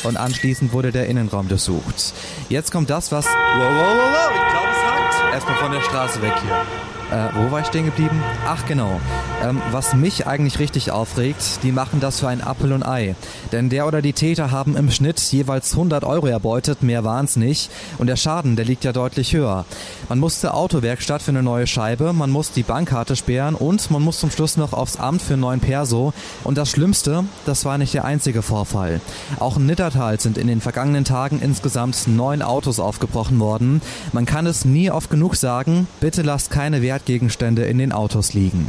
und anschließend wurde der Innenraum durchsucht. Jetzt kommt das, was... Wow, wow, wow, wow, ich glaube es hackt. Erstmal von der Straße weg hier. Äh, wo war ich stehen geblieben? Ach genau. Ähm, was mich eigentlich richtig aufregt, die machen das für ein Appel und Ei. Denn der oder die Täter haben im Schnitt jeweils 100 Euro erbeutet, mehr waren's nicht. Und der Schaden, der liegt ja deutlich höher. Man muss zur Autowerkstatt für eine neue Scheibe, man muss die Bankkarte sperren und man muss zum Schluss noch aufs Amt für einen neuen Perso. Und das Schlimmste, das war nicht der einzige Vorfall. Auch in Nittertal sind in den vergangenen Tagen insgesamt neun Autos aufgebrochen worden. Man kann es nie oft genug sagen, bitte lasst keine Wertgegenstände in den Autos liegen.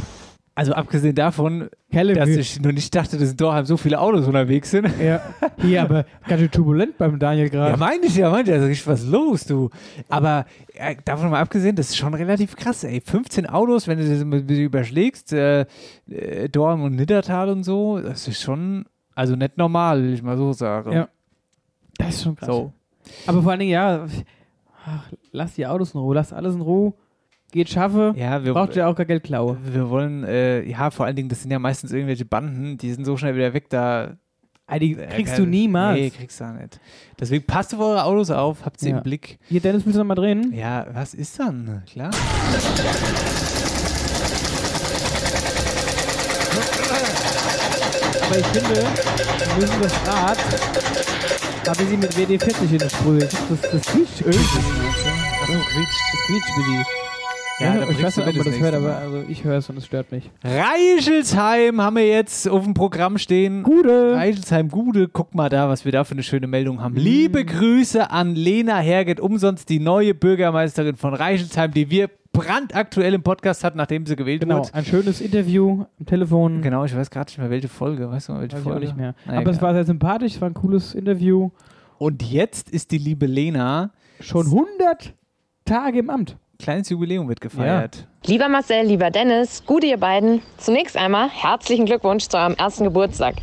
Also abgesehen davon, dass Mühe. ich noch nicht dachte, dass in Dorheim so viele Autos unterwegs sind. Ja, hier aber ganz schön turbulent beim Daniel Ja, gerade. meine ich, ja, meinte, da ist richtig was los, du. Aber äh, davon mal abgesehen, das ist schon relativ krass, ey. 15 Autos, wenn du das ein bisschen überschlägst, äh, äh, Dorm und Niddertal und so, das ist schon, also nicht normal, will ich mal so sagen. Ja, das ist schon krass. So. Aber vor allen Dingen, ja, ach, lass die Autos in Ruhe, lass alles in Ruhe. Geht schaffe, Ja, wir, braucht ja auch gar Geld klaue. wir wollen, äh, ja, vor allen Dingen, das sind ja meistens irgendwelche Banden, die sind so schnell wieder weg, da. Ey, die äh, kriegst kein- du niemals. Nee, kriegst du auch nicht. Deswegen passt auf eure Autos auf, habt sie Ja. im Blick. Hier, Dennis, willst du nochmal drehen? Ja, was ist dann? Klar. Aber ich finde, wir müssen das Rad, da wir sie mit WD-40 hinsprühen. Das, das riecht irgendwie. Ach So quietscht. Das quietscht mir die. Ja, da ich blickst weiß du nicht, ob mit man das das hört, nächste aber Mal. also ich höre es und es stört mich. Reichelsheim haben wir jetzt auf dem Programm stehen. Gute! Reichelsheim Gude, guck mal da, was wir da für eine schöne Meldung Mhm. haben. Liebe Grüße an Lena Herget, umsonst die neue Bürgermeisterin von Reichelsheim, die wir brandaktuell im Podcast hatten, nachdem sie gewählt Genau, wurde. ein schönes Interview am Telefon. Genau, ich weiß gerade nicht mehr, welche Folge. Weißt du mal, welche Weiß ich Folge? auch nicht mehr. Na, aber es egal. war sehr sympathisch, es war ein cooles Interview. Und jetzt ist die liebe Lena Schon 100 Tage im Amt. kleines Jubiläum mitgefeiert. Lieber Marcel, lieber Dennis, gute ihr beiden. Zunächst einmal herzlichen Glückwunsch zu eurem ersten Geburtstag.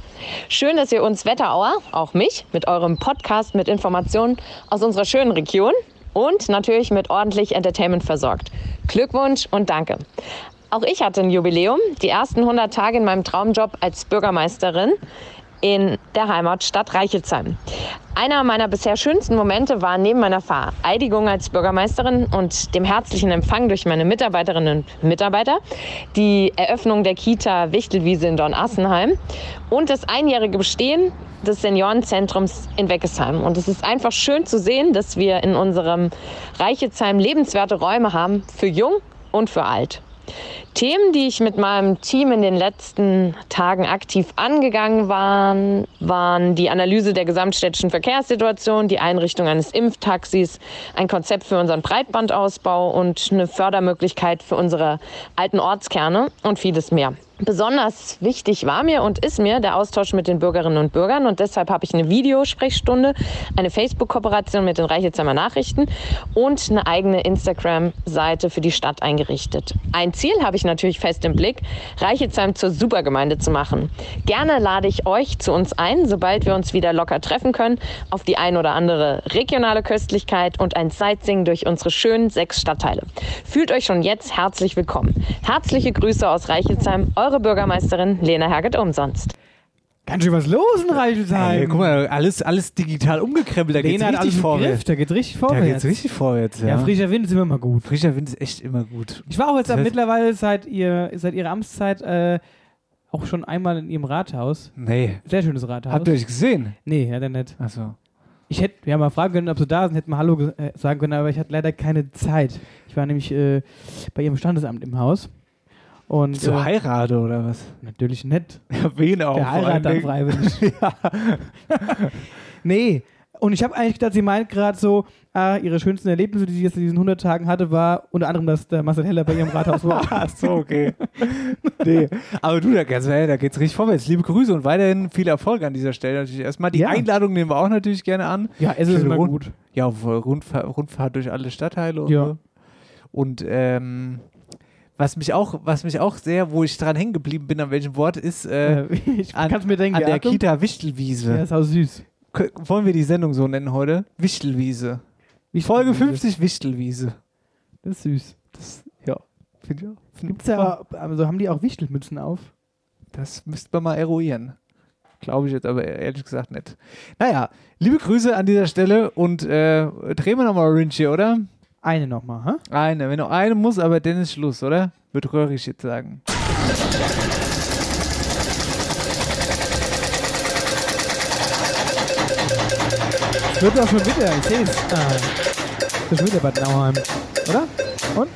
Schön, dass ihr uns Wetterauer, auch mich, mit eurem Podcast mit Informationen aus unserer schönen Region und natürlich mit ordentlich Entertainment versorgt. Glückwunsch und danke. Auch ich hatte ein Jubiläum, die ersten 100 Tage in meinem Traumjob als Bürgermeisterin in der Heimatstadt Reichelsheim. Einer meiner bisher schönsten Momente war neben meiner Vereidigung als Bürgermeisterin und dem herzlichen Empfang durch meine Mitarbeiterinnen und Mitarbeiter die Eröffnung der Kita Wichtelwiese in Dornassenheim und das einjährige Bestehen des Seniorenzentrums in Weckesheim. Und es ist einfach schön zu sehen, dass wir in unserem Reichelsheim lebenswerte Räume haben für jung und für alt. Themen, die ich mit meinem Team in den letzten Tagen aktiv angegangen waren, waren die Analyse der gesamtstädtischen Verkehrssituation, die Einrichtung eines Impftaxis, ein Konzept für unseren Breitbandausbau und eine Fördermöglichkeit für unsere alten Ortskerne und vieles mehr. Besonders wichtig war mir und ist mir der Austausch mit den Bürgerinnen und Bürgern und deshalb habe ich eine Videosprechstunde, eine Facebook-Kooperation mit den Reichelsheimer Nachrichten und eine eigene Instagram-Seite für die Stadt eingerichtet. Ein Ziel habe ich natürlich fest im Blick, Reichelsheim zur Supergemeinde zu machen. Gerne lade ich euch zu uns ein, sobald wir uns wieder locker treffen können, auf die ein oder andere regionale Köstlichkeit und ein Sightseeing durch unsere schönen sechs Stadtteile. Fühlt euch schon jetzt herzlich willkommen. Herzliche Grüße aus Reichelsheim, eure Bürgermeisterin Lena Herget umsonst. Ganz schön was los in Reichelsheim. Ey, guck mal, alles, alles digital umgekrempelt, da geht's Lena richtig hat alles im Griff, vorwärts. da geht's richtig Da vorwärts. geht's richtig vorwärts, ja. Ja, frischer Wind ist immer mal gut. Frischer Wind ist echt immer gut. Ich war auch jetzt Das heißt- mittlerweile seit, ihr, seit ihrer Amtszeit äh, auch schon einmal in ihrem Rathaus. Nee. Sehr schönes Rathaus. Habt ihr euch gesehen? nee, ja, dann nicht. Achso. Ich hätte ja mal fragen können, ob sie da sind, hätten wir Hallo ge- äh, sagen können, aber ich hatte leider keine Zeit. Ich war nämlich äh, bei ihrem Standesamt im Haus. Und Zur äh, Heirat oder was? natürlich nett. Ja, wen auch. Der heiratet dann freiwillig. nee. Und ich habe eigentlich gedacht, sie meint gerade so, ah, ihre schönsten Erlebnisse, die sie jetzt in diesen 100 Tagen hatte, war unter anderem, dass der Marcel Heller bei ihrem Rathaus war. Ach so, okay. nee. Aber du, da, ganz ehrlich, da geht's richtig vorwärts. Liebe Grüße und weiterhin viel Erfolg an dieser Stelle natürlich erstmal. Die Ja. Einladung nehmen wir auch natürlich gerne an. Ja, es ist Schöne immer Rund- gut. Ja, voll Rundfahr Rundfahrt durch alle Stadtteile und Ja. so. Und ähm, was mich auch, was mich auch sehr, wo ich dran hängen geblieben bin, an welchem Wort, ist äh, Äh, ich an, kann es mir denken. an der Achtung. Kita Wichtelwiese. Ja, ist auch süß. K- Wollen wir die Sendung so nennen heute? Wichtelwiese. Wie Folge schön 50 Wichtelwiese. Das ist süß. Das, ja, finde ich auch. Find- Gibt's ja, also haben die auch Wichtelmützen auf? Das müsste man mal eruieren. Glaube ich jetzt aber e-, ehrlich gesagt nicht. Naja, liebe Grüße an dieser Stelle und äh, drehen wir nochmal Orange hier, oder? Eine nochmal, hä? Eine, wenn noch eine muss, aber dann ist Schluss, oder? Wird röhrig jetzt sagen. Wird doch schon wieder, ich seh's. Ah, ist schon wieder Bad Nauheim, oder? Und?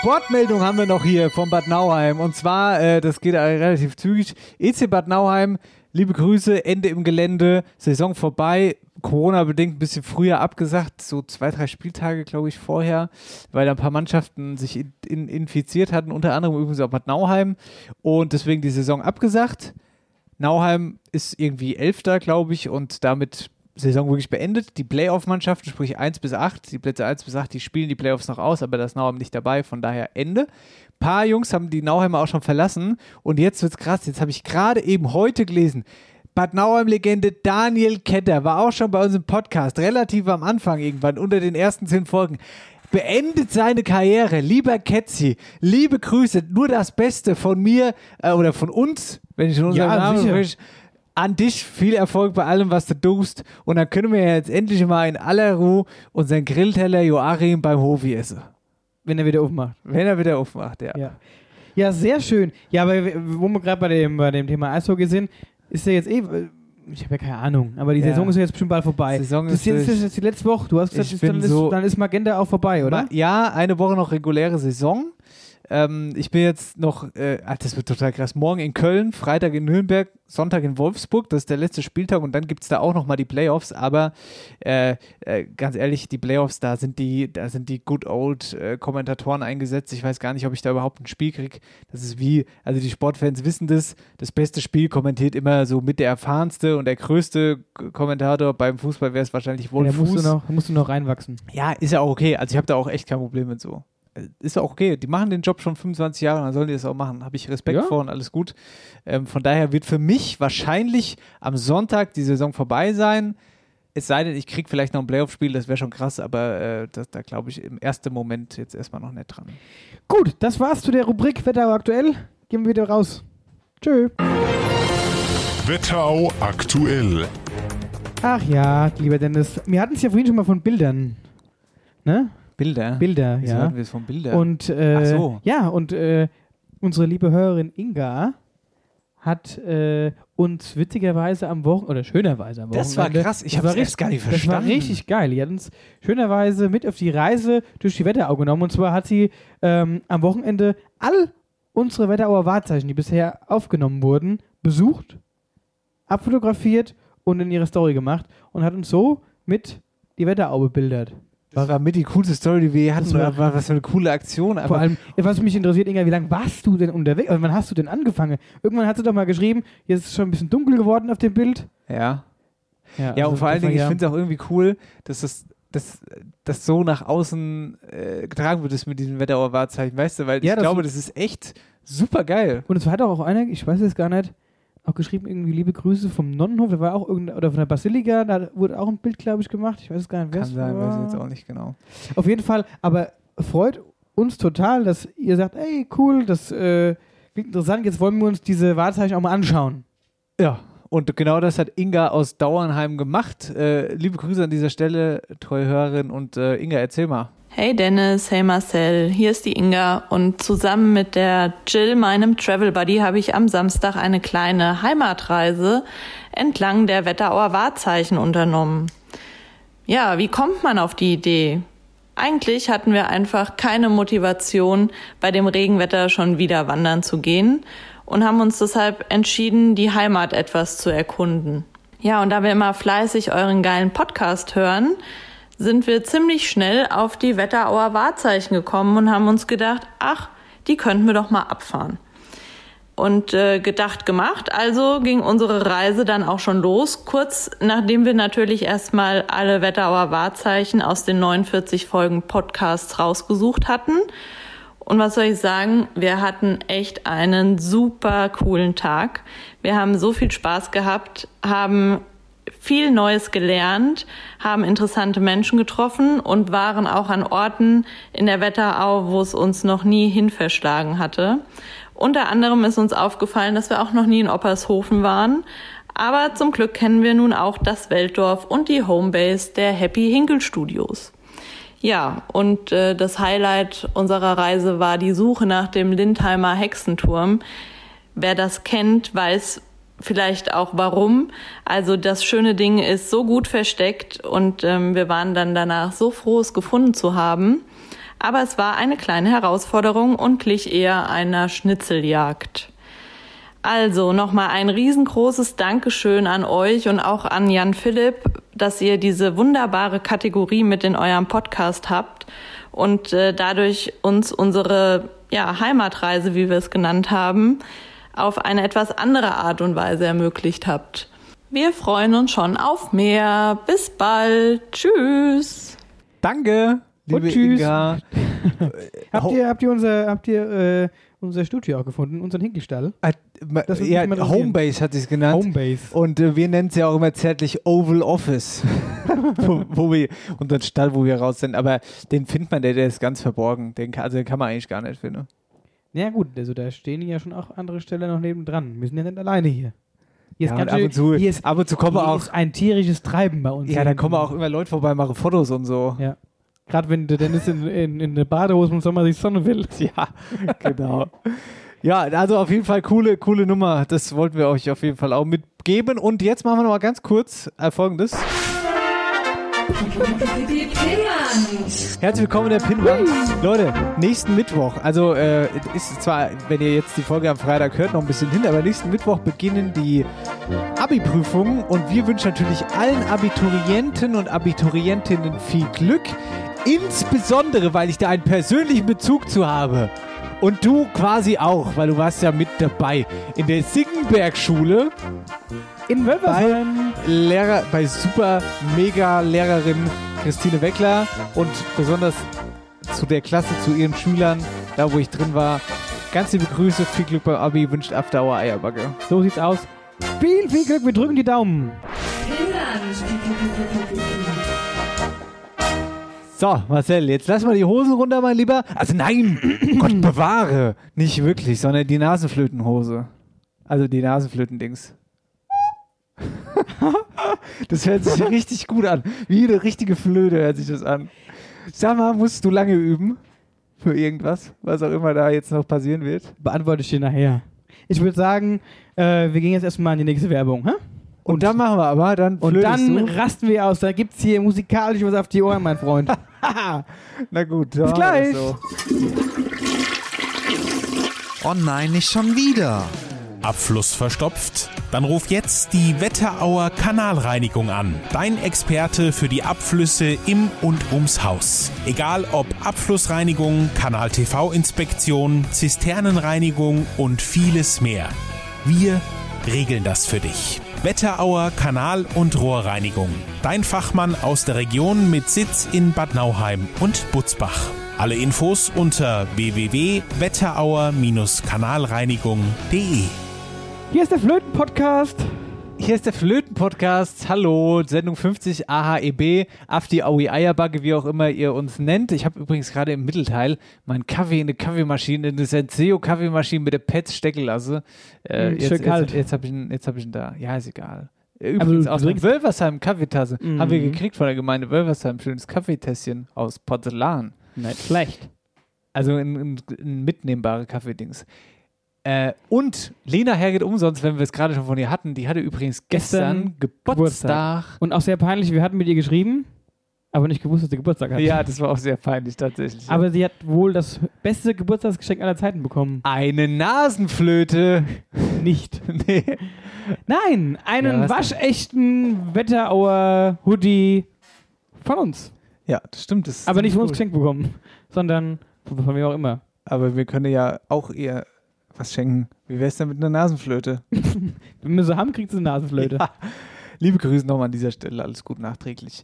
Sportmeldung haben wir noch hier von Bad Nauheim. Und zwar, äh, das geht äh, relativ zügig. EC Bad Nauheim, liebe Grüße, Ende im Gelände, Saison vorbei. Corona-bedingt ein bisschen früher abgesagt, so zwei, drei Spieltage, glaube ich, vorher, weil da ein paar Mannschaften sich in, in, infiziert hatten, unter anderem übrigens auch Bad Nauheim. Und deswegen die Saison abgesagt. Nauheim ist irgendwie Elfter, glaube ich, und damit Saison wirklich beendet. Die Playoff-Mannschaften, sprich 1 bis 8, die Plätze 1 bis 8, die spielen die Playoffs noch aus, aber da ist Nauheim nicht dabei, von daher Ende. Ein paar Jungs haben die Nauheimer auch schon verlassen und jetzt wird's krass, jetzt habe ich gerade eben heute gelesen, Bad Nauheim-Legende Daniel Ketter war auch schon bei uns im Podcast, relativ am Anfang irgendwann, unter den ersten zehn Folgen. Beendet seine Karriere. Lieber Ketzi, liebe Grüße, nur das Beste von mir äh, oder von uns, wenn ich in unserem Ja, Namen sicher. spreche. Wunsch an dich viel Erfolg bei allem, was du tust. Und dann können wir jetzt endlich mal in aller Ruhe unseren Grillteller Joachim beim Hofi essen. Wenn er wieder aufmacht. Wenn er wieder aufmacht, ja. Ja. Ja, sehr schön. Ja, aber w- wo wir gerade bei dem, bei dem Thema Eishockey sind, ist ja jetzt eh, äh, Ich habe ja keine Ahnung, aber die Ja. Saison ist ja jetzt bestimmt bald vorbei. Saison das ist jetzt, durch. ist jetzt die letzte Woche. Du hast gesagt, Ich ist- bin dann, ist, so- dann ist Magenta auch vorbei, oder? Ma- Ja, eine Woche noch reguläre Saison. Ähm, ich bin jetzt noch, äh, ah, das wird total krass, morgen in Köln, Freitag in Nürnberg, Sonntag in Wolfsburg, das ist der letzte Spieltag und dann gibt es da auch nochmal die Playoffs, aber äh, äh, ganz ehrlich, die Playoffs, da sind die, da sind die good old äh, Kommentatoren eingesetzt. Ich weiß gar nicht, ob ich da überhaupt ein Spiel kriege. Das ist wie, also die Sportfans wissen das, das beste Spiel kommentiert immer so mit der erfahrenste und der größte K- Kommentator. Beim Fußball wäre es wahrscheinlich Ja, wohl da musst du, noch, da musst du noch reinwachsen. ja, ist ja auch okay. Also ich habe da auch echt kein Problem mit so. Äh, Ist ja auch okay. Die machen den Job schon 25 Jahre, dann sollen die das auch machen. Habe ich Respekt Ja. vor und alles gut. Ähm, von daher wird für mich wahrscheinlich am Sonntag die Saison vorbei sein. Es sei denn, ich kriege vielleicht noch ein Playoff-Spiel, das wäre schon krass, aber äh, das, da glaube ich im ersten Moment jetzt erstmal noch nicht dran. Gut, das war's zu der Rubrik Wetterau aktuell. Gehen wir wieder raus. Tschö. Wetterau aktuell. Ach ja, lieber Dennis. Wir hatten es ja vorhin schon mal von Bildern. Ne? Bilder. Bilder, Wieso ja. hatten wir es von Bilder? Und, äh, Ach so. Ja, und äh, unsere liebe Hörerin Inga hat äh, uns witzigerweise am Wochenende, oder schönerweise am Wochenende. Das war krass. Ich das hab's war erst richtig- gar nicht Das verstanden. war richtig geil. Die hat uns schönerweise mit auf die Reise durch die Wetterau genommen. Und zwar hat sie ähm, am Wochenende all unsere Wetterauer Wahrzeichen, die bisher aufgenommen wurden, besucht, abfotografiert und in ihre Story gemacht und hat uns so mit die Wetterau bebildert. Das war mit die coolste Story, die wir je hatten. Das war- War, war, was für eine coole Aktion. Vor Aber allem, was mich interessiert, Inga, wie lange warst du denn unterwegs? Also, wann hast du denn angefangen? Irgendwann hat sie doch mal geschrieben, jetzt ist es schon ein bisschen dunkel geworden auf dem Bild. ja. Also Ja, und vor allen Dingen, ich finde es auch irgendwie cool, dass das, dass, das so nach außen äh, getragen wird, das mit diesem Wetterauer Wahrzeichen, weißt du? Weil Ja, ich das- glaube, das ist echt super geil. Und es hat auch einer, ich weiß es gar nicht, auch geschrieben, irgendwie liebe Grüße vom Nonnenhof, da war auch irgendein, oder von der Basilika, da wurde auch ein Bild, glaube ich, gemacht. Ich weiß es gar nicht, wer Kann es sein, war. weiß ich jetzt auch nicht genau. Auf jeden Fall, aber freut uns total, dass ihr sagt, ey, cool, das äh, klingt interessant, jetzt wollen wir uns diese Wahrzeichen auch mal anschauen. Ja. Und genau das hat Inga aus Dauernheim gemacht. Äh, liebe Grüße an dieser Stelle, treue Hörerin. Und äh, Inga, erzähl mal. Hey Dennis, hey Marcel, hier ist die Inga und zusammen mit der Jill, meinem Travel Buddy, habe ich am Samstag eine kleine Heimatreise entlang der Wetterauer Wahrzeichen unternommen. Ja, wie kommt man auf die Idee? Eigentlich hatten wir einfach keine Motivation, bei dem Regenwetter schon wieder wandern zu gehen und haben uns deshalb entschieden, die Heimat etwas zu erkunden. Ja, und da wir immer fleißig euren geilen Podcast hören, sind wir ziemlich schnell auf die Wetterauer Wahrzeichen gekommen und haben uns gedacht, ach, die könnten wir doch mal abfahren. Und äh, gedacht, gemacht. Also ging unsere Reise dann auch schon los, kurz nachdem wir natürlich erstmal alle Wetterauer Wahrzeichen aus den 49 Folgen Podcasts rausgesucht hatten. Und was soll ich sagen? Wir hatten echt einen super coolen Tag. Wir haben so viel Spaß gehabt, haben viel Neues gelernt, haben interessante Menschen getroffen und waren auch an Orten in der Wetterau, wo es uns noch nie hin verschlagen hatte. Unter anderem ist uns aufgefallen, dass wir auch noch nie in Oppershofen waren. Aber zum Glück kennen wir nun auch das Weltdorf und die Homebase der Happy Hinkel Studios. Ja, und äh, das Highlight unserer Reise war die Suche nach dem Lindheimer Hexenturm. Wer das kennt, weiß vielleicht auch warum. Also das schöne Ding ist so gut versteckt und ähm, wir waren dann danach so froh, es gefunden zu haben. Aber es war eine kleine Herausforderung und glich eher einer Schnitzeljagd. Also nochmal ein riesengroßes Dankeschön an euch und auch an Jan Philipp, dass ihr diese wunderbare Kategorie mit in eurem Podcast habt und äh, dadurch uns unsere ja, Heimatreise, wie wir es genannt haben, auf eine etwas andere Art und Weise ermöglicht habt. Wir freuen uns schon auf mehr. Bis bald. Tschüss. Danke, liebe tschüss. Inga. Habt ihr, habt ihr, unser, habt ihr äh, unser Studio auch gefunden, unseren Hinkelstall? Ah, ma- Das wird ja, nicht mehr drin Homebase hat sie es genannt. Homebase. Und äh, wir nennen es ja auch immer zärtlich Oval Office. wo, wo wir, unseren Stall, wo wir raus sind. Aber den findet man, der, der ist ganz verborgen. Den, kann- also den kann man eigentlich gar nicht finden. Ja gut, also da stehen ja schon auch andere Stellen noch nebendran. Wir sind ja nicht alleine hier. Hier Ja, ganz und ab schön- und zu, hier ist, ab und zu kommen hier auch, ist ein tierisches Treiben bei uns. ja, da hinten. kommen auch immer Leute vorbei, machen Fotos und so. Ja. Gerade wenn der Dennis in, in, in eine Badehose im Sommer sich Sonne will. Ja, genau. Ja, also auf jeden Fall coole, coole Nummer. Das wollten wir euch auf jeden Fall auch mitgeben. Und jetzt machen wir noch mal ganz kurz äh, Folgendes. Herzlich willkommen in der Pinwand. Leute, nächsten Mittwoch, also äh, ist zwar, wenn ihr jetzt die Folge am Freitag hört, noch ein bisschen hin, aber nächsten Mittwoch beginnen die Abi-Prüfungen und wir wünschen natürlich allen Abiturienten und Abiturientinnen viel Glück, insbesondere, weil ich da einen persönlichen Bezug zu habe. Und du quasi auch, weil du warst ja mit dabei. In der Sickenberg-Schule. In Wölfersheim. Bei, Lehrer, bei super mega Lehrerin Christine Weckler und besonders zu der Klasse, zu ihren Schülern, da wo ich drin war. Ganz liebe Grüße, viel Glück beim Abi, wünscht After Hour Eierbacke. So sieht's aus. Viel, viel Glück, wir drücken die Daumen. So, Marcel, jetzt lass mal die Hosen runter, mein Lieber. Also nein, Gott bewahre. Nicht wirklich, sondern die Nasenflötenhose. Also die Nasenflötendings. das hört sich richtig gut an. Wie eine richtige Flöte hört sich das an. Sag mal, musst du lange üben für irgendwas, was auch immer da jetzt noch passieren wird? Beantworte ich dir nachher. Ich würde sagen, äh, wir gehen jetzt erstmal in die nächste Werbung, hä? Und, und dann machen wir aber, dann Und dann rasten wir aus. Da gibt's hier musikalisch was auf die Ohren, mein Freund. Na gut, bis gleich. So. Oh nein, nicht schon wieder. Abfluss verstopft? Dann ruf jetzt die Wetterauer Kanalreinigung an. Dein Experte für die Abflüsse im und ums Haus. Egal ob Abflussreinigung, Kanal-TV-Inspektion, Zisternenreinigung und vieles mehr. Wir regeln das für dich. Wetterauer Kanal- und Rohrreinigung. Dein Fachmann aus der Region mit Sitz in Bad Nauheim und Butzbach. Alle Infos unter www.wetterauer-kanalreinigung.de. Hier ist der Flöten-Podcast. Hier ist der Flöten-Podcast. Hallo, Sendung 50 AHEB, E Afti Aui Eierbagge, wie auch immer ihr uns nennt. Ich habe übrigens gerade im Mittelteil meinen Kaffee in eine Kaffeemaschine, in eine Senseo-Kaffeemaschine mit der Pets stecken lassen. Äh, Mm, jetzt schön jetzt, kalt. jetzt, habe ich, ihn- jetzt hab ich ihn da. Ja, ist egal. Äh, Aber Übrigens du aus der trinkst- Wölversheim Kaffeetasse Mhm. haben wir gekriegt von der Gemeinde Wölversheim. Schönes Kaffeetässchen aus Porzellan. Nicht schlecht. Also ein, ein, ein mitnehmbare Kaffeedings. Äh, und Lena Herget umsonst, wenn wir es gerade schon von ihr hatten, die hatte übrigens gestern, Geburtstag. Und auch sehr peinlich, wir hatten mit ihr geschrieben, aber nicht gewusst, dass sie Geburtstag hat. Ja, das war auch sehr peinlich tatsächlich. Aber sie hat wohl das beste Geburtstagsgeschenk aller Zeiten bekommen. eine Nasenflöte. Nicht. nee. Nein, einen Ja, was waschechten Wetterauer Hoodie von uns. Ja, das stimmt. Das ist Aber nicht von uns cool. geschenkt bekommen, sondern von, von wem auch immer. Aber wir können ja auch ihr was schenken. Wie wäre es denn mit einer Nasenflöte? Wenn wir so haben, kriegt sie eine Nasenflöte. Ja. Liebe Grüße nochmal an dieser Stelle. Alles gut nachträglich.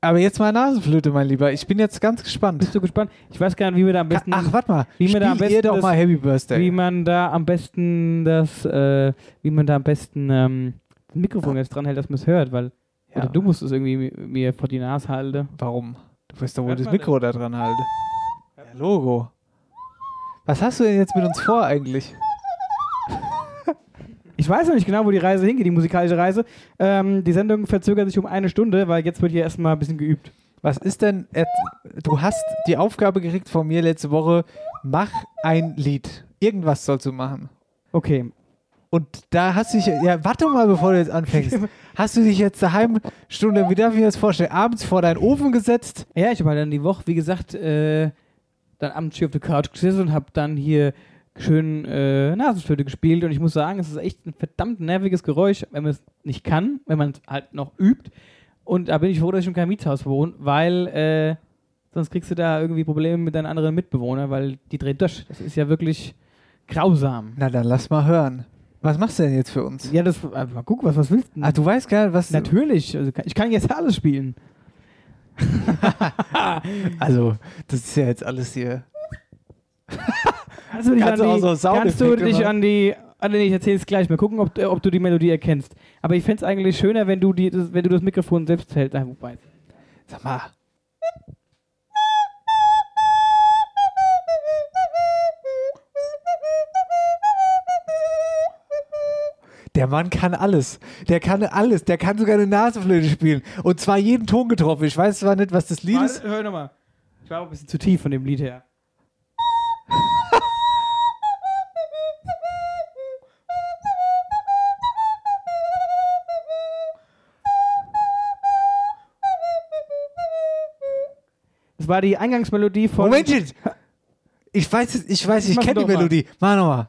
Aber jetzt mal Nasenflöte, mein Lieber. Ich bin jetzt ganz gespannt. Bist du gespannt? Ich weiß gar nicht, wie wir da am besten, Ach, warte mal. wie man da am Spiel ihr besten doch das- mal Happy Birthday. wie man da am besten das, äh, wie man da am besten ähm, das Ah. Mikrofon jetzt dran hält, dass man es hört, weil Ja. oder du musst es irgendwie mi- mir vor die Nase halten. Warum? Du wirst doch wohl Hört das man Mikro da dran halten. Ja, Logo. Was hast du denn jetzt mit uns vor eigentlich? Ich weiß noch nicht genau, wo die Reise hingeht, die musikalische Reise. Ähm, die Sendung verzögert sich um eine Stunde, weil jetzt wird hier erstmal ein bisschen geübt. Was ist denn. et- Du hast die Aufgabe gekriegt von mir letzte Woche: mach ein Lied. Irgendwas sollst du machen. Okay. Und da hast du dich. Ja, warte mal, bevor du jetzt anfängst. Hast du dich jetzt daheim Stunde, wie darf ich mir das vorstellen, abends vor deinen Ofen gesetzt? Ja, ich habe halt dann die Woche, wie gesagt, äh, dann abends hier auf der Couch gesessen und habe dann hier schön äh, Nasenflöte gespielt und ich muss sagen, es ist echt ein verdammt nerviges Geräusch, wenn man es nicht kann, wenn man es halt noch übt. Und da bin ich froh, dass ich im Kamietshaus wohne, weil äh, sonst kriegst du da irgendwie Probleme mit deinen anderen Mitbewohnern, weil die drehen durch. Das ist ja wirklich grausam. Na, dann lass mal hören. Was machst du denn jetzt für uns? Ja, das, äh, mal gucken, was, was willst du? denn? Ach, du weißt gar nicht, was. Also, Natürlich, also, ich kann jetzt alles spielen. Also, das ist ja jetzt alles hier. Kannst du dich, Kannst an du die, auch so einen kannst du Soundeffekt dich machen? an die. Ah, nee, ich erzähl's gleich. Mal gucken, ob, du- ob du die Melodie erkennst. Aber ich fänd's eigentlich schöner, wenn du, die, das, wenn du das Mikrofon selbst hältst. Ah, wobei. Sag mal. Der Mann kann alles. Der kann alles. Der kann sogar eine Nasenflöte spielen. Und zwar jeden Ton getroffen. Ich weiß zwar nicht, was das Lied ist. Warte, hör nochmal. Ich war auch ein bisschen zu tief von dem Lied her. Das war die Eingangsmelodie von. Moment jetzt! Ich weiß, es- ich weiß, ich Mach kenne die doch mal. Melodie. Mach nochmal.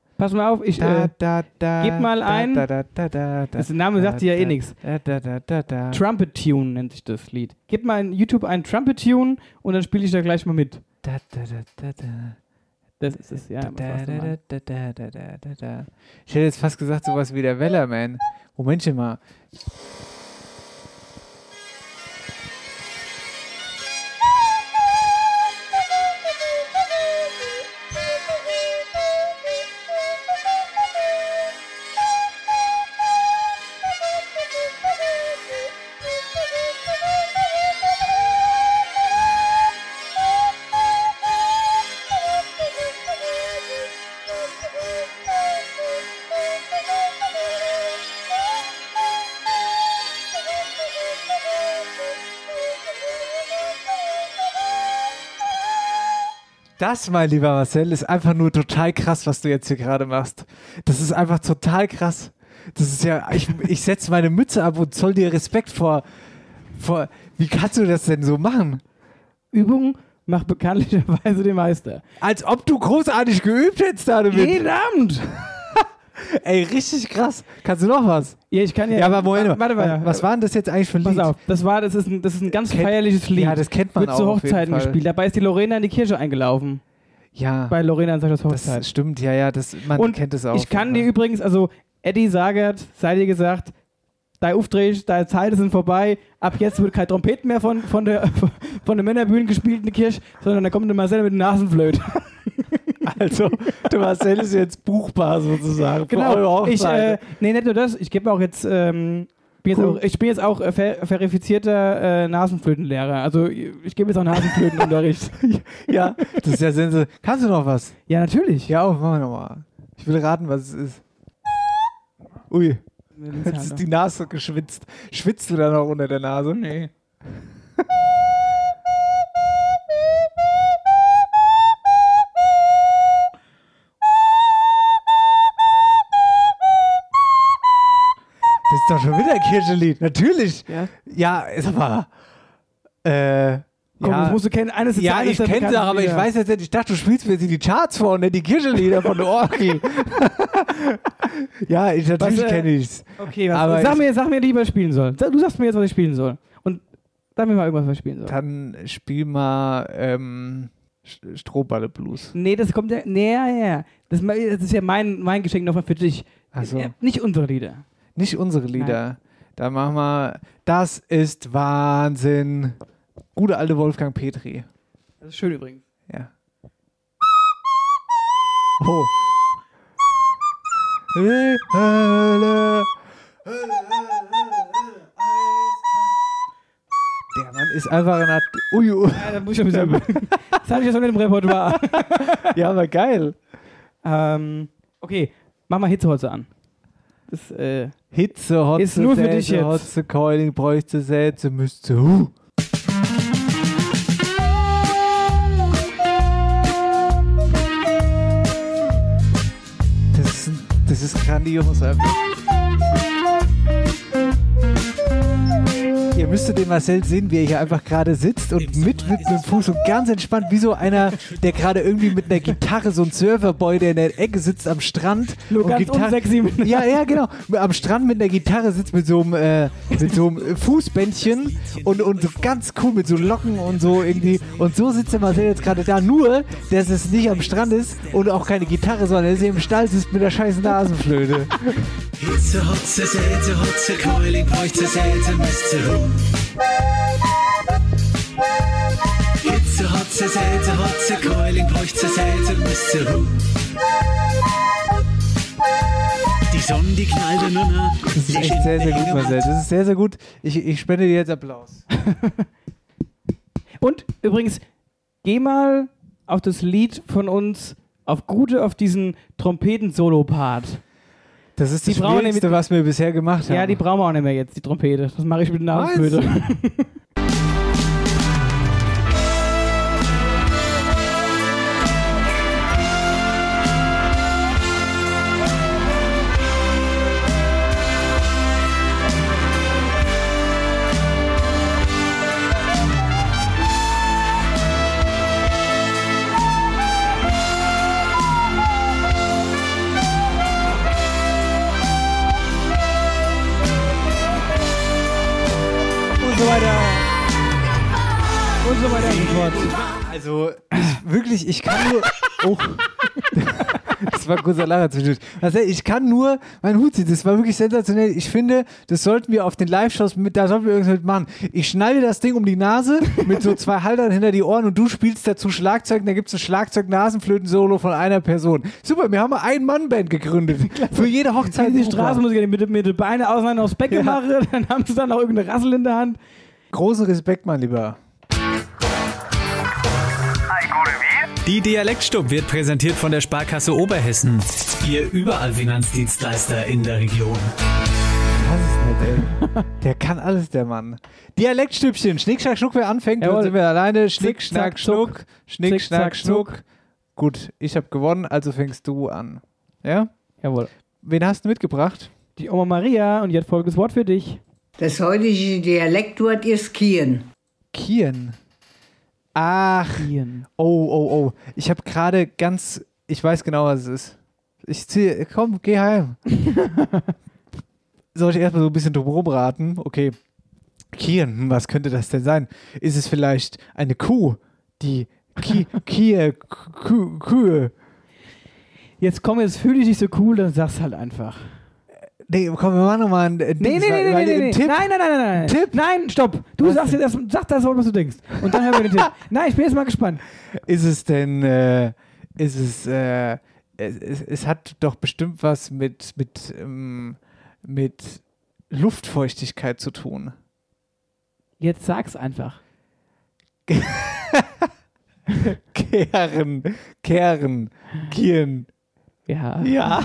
Pass mal auf, ich. Da, äh, da, da, gib mal da, ein. Da, da, da, da, da, Das Name sagt dir ja eh nichts. Da, da, da, da, da. Trumpet Tune nennt sich das Lied. Gib mal in YouTube einen Trumpet Tune und dann spiele ich da gleich mal mit. Da, da, da, da, da. Das ist es, ja. Da, was warst du da, mal. da, da, da, da, da, da. Ich hätte jetzt fast gesagt, sowas wie der Wellerman. Momentchen mal. Das, mein lieber Marcel, ist einfach nur total krass, was du jetzt hier gerade machst. Das ist einfach total krass. Das ist ja, ich, ich setze meine Mütze ab und zoll dir Respekt vor, vor. Wie kannst du das denn so machen? Übung macht bekanntlicherweise den Meister. Als ob du großartig geübt hättest damit. Jeden Abend! Ey, richtig krass. Kannst du noch was? Ja, ich kann ja. Ja, aber Moment mal. Warte mal. Was war denn das jetzt eigentlich für ein Pass Lied? auf, das war, das ist ein, das ist ein ganz Kennt- feierliches Lied. Ja, das kennt man Wird zu auch auf jeden Hochzeiten Fall. gespielt. Dabei ist die Lorena in die Kirche eingelaufen. Ja, Bei Lorena sagt das das Hochzeit. stimmt. Ja, ja, das, man Und kennt es auch. ich kann dir übrigens, also Eddie Sagert, sei dir gesagt, dein Auftritt, deine Zeiten sind vorbei. Ab jetzt wird kein Trompeten mehr von, von, der, von der Männerbühne gespielt in der Kirche, sondern da kommt der Marcel mit dem Nasenflöte. Also, du Marcel ist jetzt buchbar sozusagen. genau. Ich, äh, nee, nicht nur das. Ich gebe auch jetzt. Ähm, bin jetzt Cool. auch, ich bin jetzt auch äh, ver verifizierter äh, Nasenflötenlehrer. Also ich gebe jetzt auch Nasenflötenunterricht. ja, das ist ja sensationell. Kannst du noch was? ja, natürlich. Ja, auch, machen wir nochmal. Ich will raten, was es ist. Ui, jetzt ist die Nase geschwitzt. Schwitzt du da noch unter der Nase? Nee. Das ist doch schon wieder ein Kirchenlied. Natürlich. Ja. Ja, ist aber. Äh, Komm, ja. das musst du kennen. Eines ist ja, eines ich der kenne sie auch, bekannten aber ich Lieder. weiß jetzt nicht. Ich dachte, du spielst mir jetzt in die Charts vor und nicht die Kirchenlieder von der Orgel. ja, ich, natürlich äh, kenne ich's. Okay, was, Aber sag, ich- mir, sag mir, die ich was spielen soll. Sag- Du sagst mir jetzt, was ich spielen soll. Und sag mir mal irgendwas, was ich spielen soll. Dann spiel mal ähm, Sch- Strohballe Blues. Nee, das kommt ja. Nee, ja, ja. Das, ma- das ist ja mein, mein Geschenk nochmal für dich. Ach so. Ja, Nicht unsere Lieder. Also, Nicht unsere Lieder. Da machen wir. Das ist Wahnsinn. Gute alte Wolfgang Petri. Das ist schön übrigens. Ja. Oh. Hölle, Hölle, Hölle, Hölle, Eiskalt. Der Mann ist einfach ein Art. Ui, ui. Ja, da muss ich ein bisschen üben. Das hatte ich ja schon im Repertoire. Ja, aber geil. ähm, okay, mach mal Hitzeholze an. Das, äh, Hitze, Hotze, Ist nur für Sätze, dich jetzt. Hotze, Keuling, bräuchte Sätze, müsste. Huh. Das ist, das ist grandios einfach. Ihr müsstet den Marcel sehen, wie er hier einfach gerade sitzt und mitwippt mit dem Fuß und ganz entspannt, wie so einer, der gerade irgendwie mit einer Gitarre, so ein Surferboy, der in der Ecke sitzt am Strand. Nur und ganz um unsexy mit einer- Ja, ja, genau. Am Strand mit einer Gitarre sitzt mit so einem, äh, mit so einem äh, Fußbändchen und, und so ganz cool mit so Locken und so irgendwie. Und so sitzt der Marcel jetzt gerade da, nur, dass es nicht am Strand ist und auch keine Gitarre, sondern er ist im Stall sitzt mit der scheiß Nasenflöte. Hitze, Hotze, Säte, Hotze, Keuling, bräuchte Säte, müsste rum. Hitze, Hotze, Säte, Hotze, Keuling, bräuchte Säte, müsste rum. Die Sonne, die knallte nun ab. Das ist echt sehr, sehr gut, Marcel. Das ist sehr, sehr gut. Ich, ich spende dir jetzt Applaus. und übrigens, geh mal auf das Lied von uns, auf Gute, auf diesen Trompeten-Solo-Part. Das ist Die das brauchen nämlich- Schwierigste, was wir bisher gemacht haben. Ja, die brauchen wir auch nicht mehr jetzt, die Trompete. Das mache ich mit einer Hausmühle. und so weiter. Und so weiter und so fort. Also, ich, wirklich, ich kann nur. Oh. Das war ein kurzer Lacher zwischendurch. Also, ich kann nur meinen Hut ziehen. Das war wirklich sensationell. Ich finde, das sollten wir auf den Live-Shows mit, da sollten wir irgendwas mit machen. Ich schneide das Ding um die Nase mit so zwei Haltern hinter die Ohren und du spielst dazu Schlagzeug. Und da gibt es ein Schlagzeug-Nasenflöten-Solo von einer Person. Super, wir haben eine Ein-Mann-Band gegründet. Für jede Hochzeit. Die buchbar. Straßenmusik mit, mit den Beinen auseinander aufs Becken machen, dann haben sie dann noch irgendeine Rassel in der Hand. Großen Respekt, mein Lieber. Die Dialektstub wird präsentiert von der Sparkasse Oberhessen. Ihr überall Finanzdienstleister in der Region. Das ist nicht, ey. Der kann alles, der Mann. Dialektstübchen. Schnick, schnack, schnuck, wer anfängt, Jawohl. dann sind wir alleine. Schnick, Zick, schnack, zack, schnuck. Schnick, Zick, schnack, zack, schnuck. Gut, ich habe gewonnen, also fängst du an. Ja? Jawohl. Wen hast du mitgebracht? Die Oma Maria und jetzt folgendes Wort für dich. Das heutige Dialektwort ist Kien. Kien. Ach. Oh, oh, oh. Ich habe gerade ganz. Ich weiß genau, was es ist. Ich ziehe. Komm, geh heim. Soll ich erstmal so ein bisschen drumherum raten? Okay. Kien, hm, was könnte das denn sein? Ist es vielleicht eine Kuh, die Ki Kie Kuh, Kühe? Jetzt komm, jetzt fühle ich dich so cool, dann sag's halt einfach. Nee, komm, wir machen nochmal einen äh, Nee, nee, Dings, weil- nee, nee, weil nee, den nee. Tipp- Nein, nein, nein, nein, nein. Tipp? Nein, stopp. Du sagst jetzt erst, sag das Wort, was du denkst. Und dann hören wir den Tipp. Nein, ich bin jetzt mal gespannt. Ist es denn, äh, ist es, äh, es, es, es hat doch bestimmt was mit, mit, ähm, mit Luftfeuchtigkeit zu tun. Jetzt sag's einfach. Kehren, Kehren, Kieren. Ja. Ja.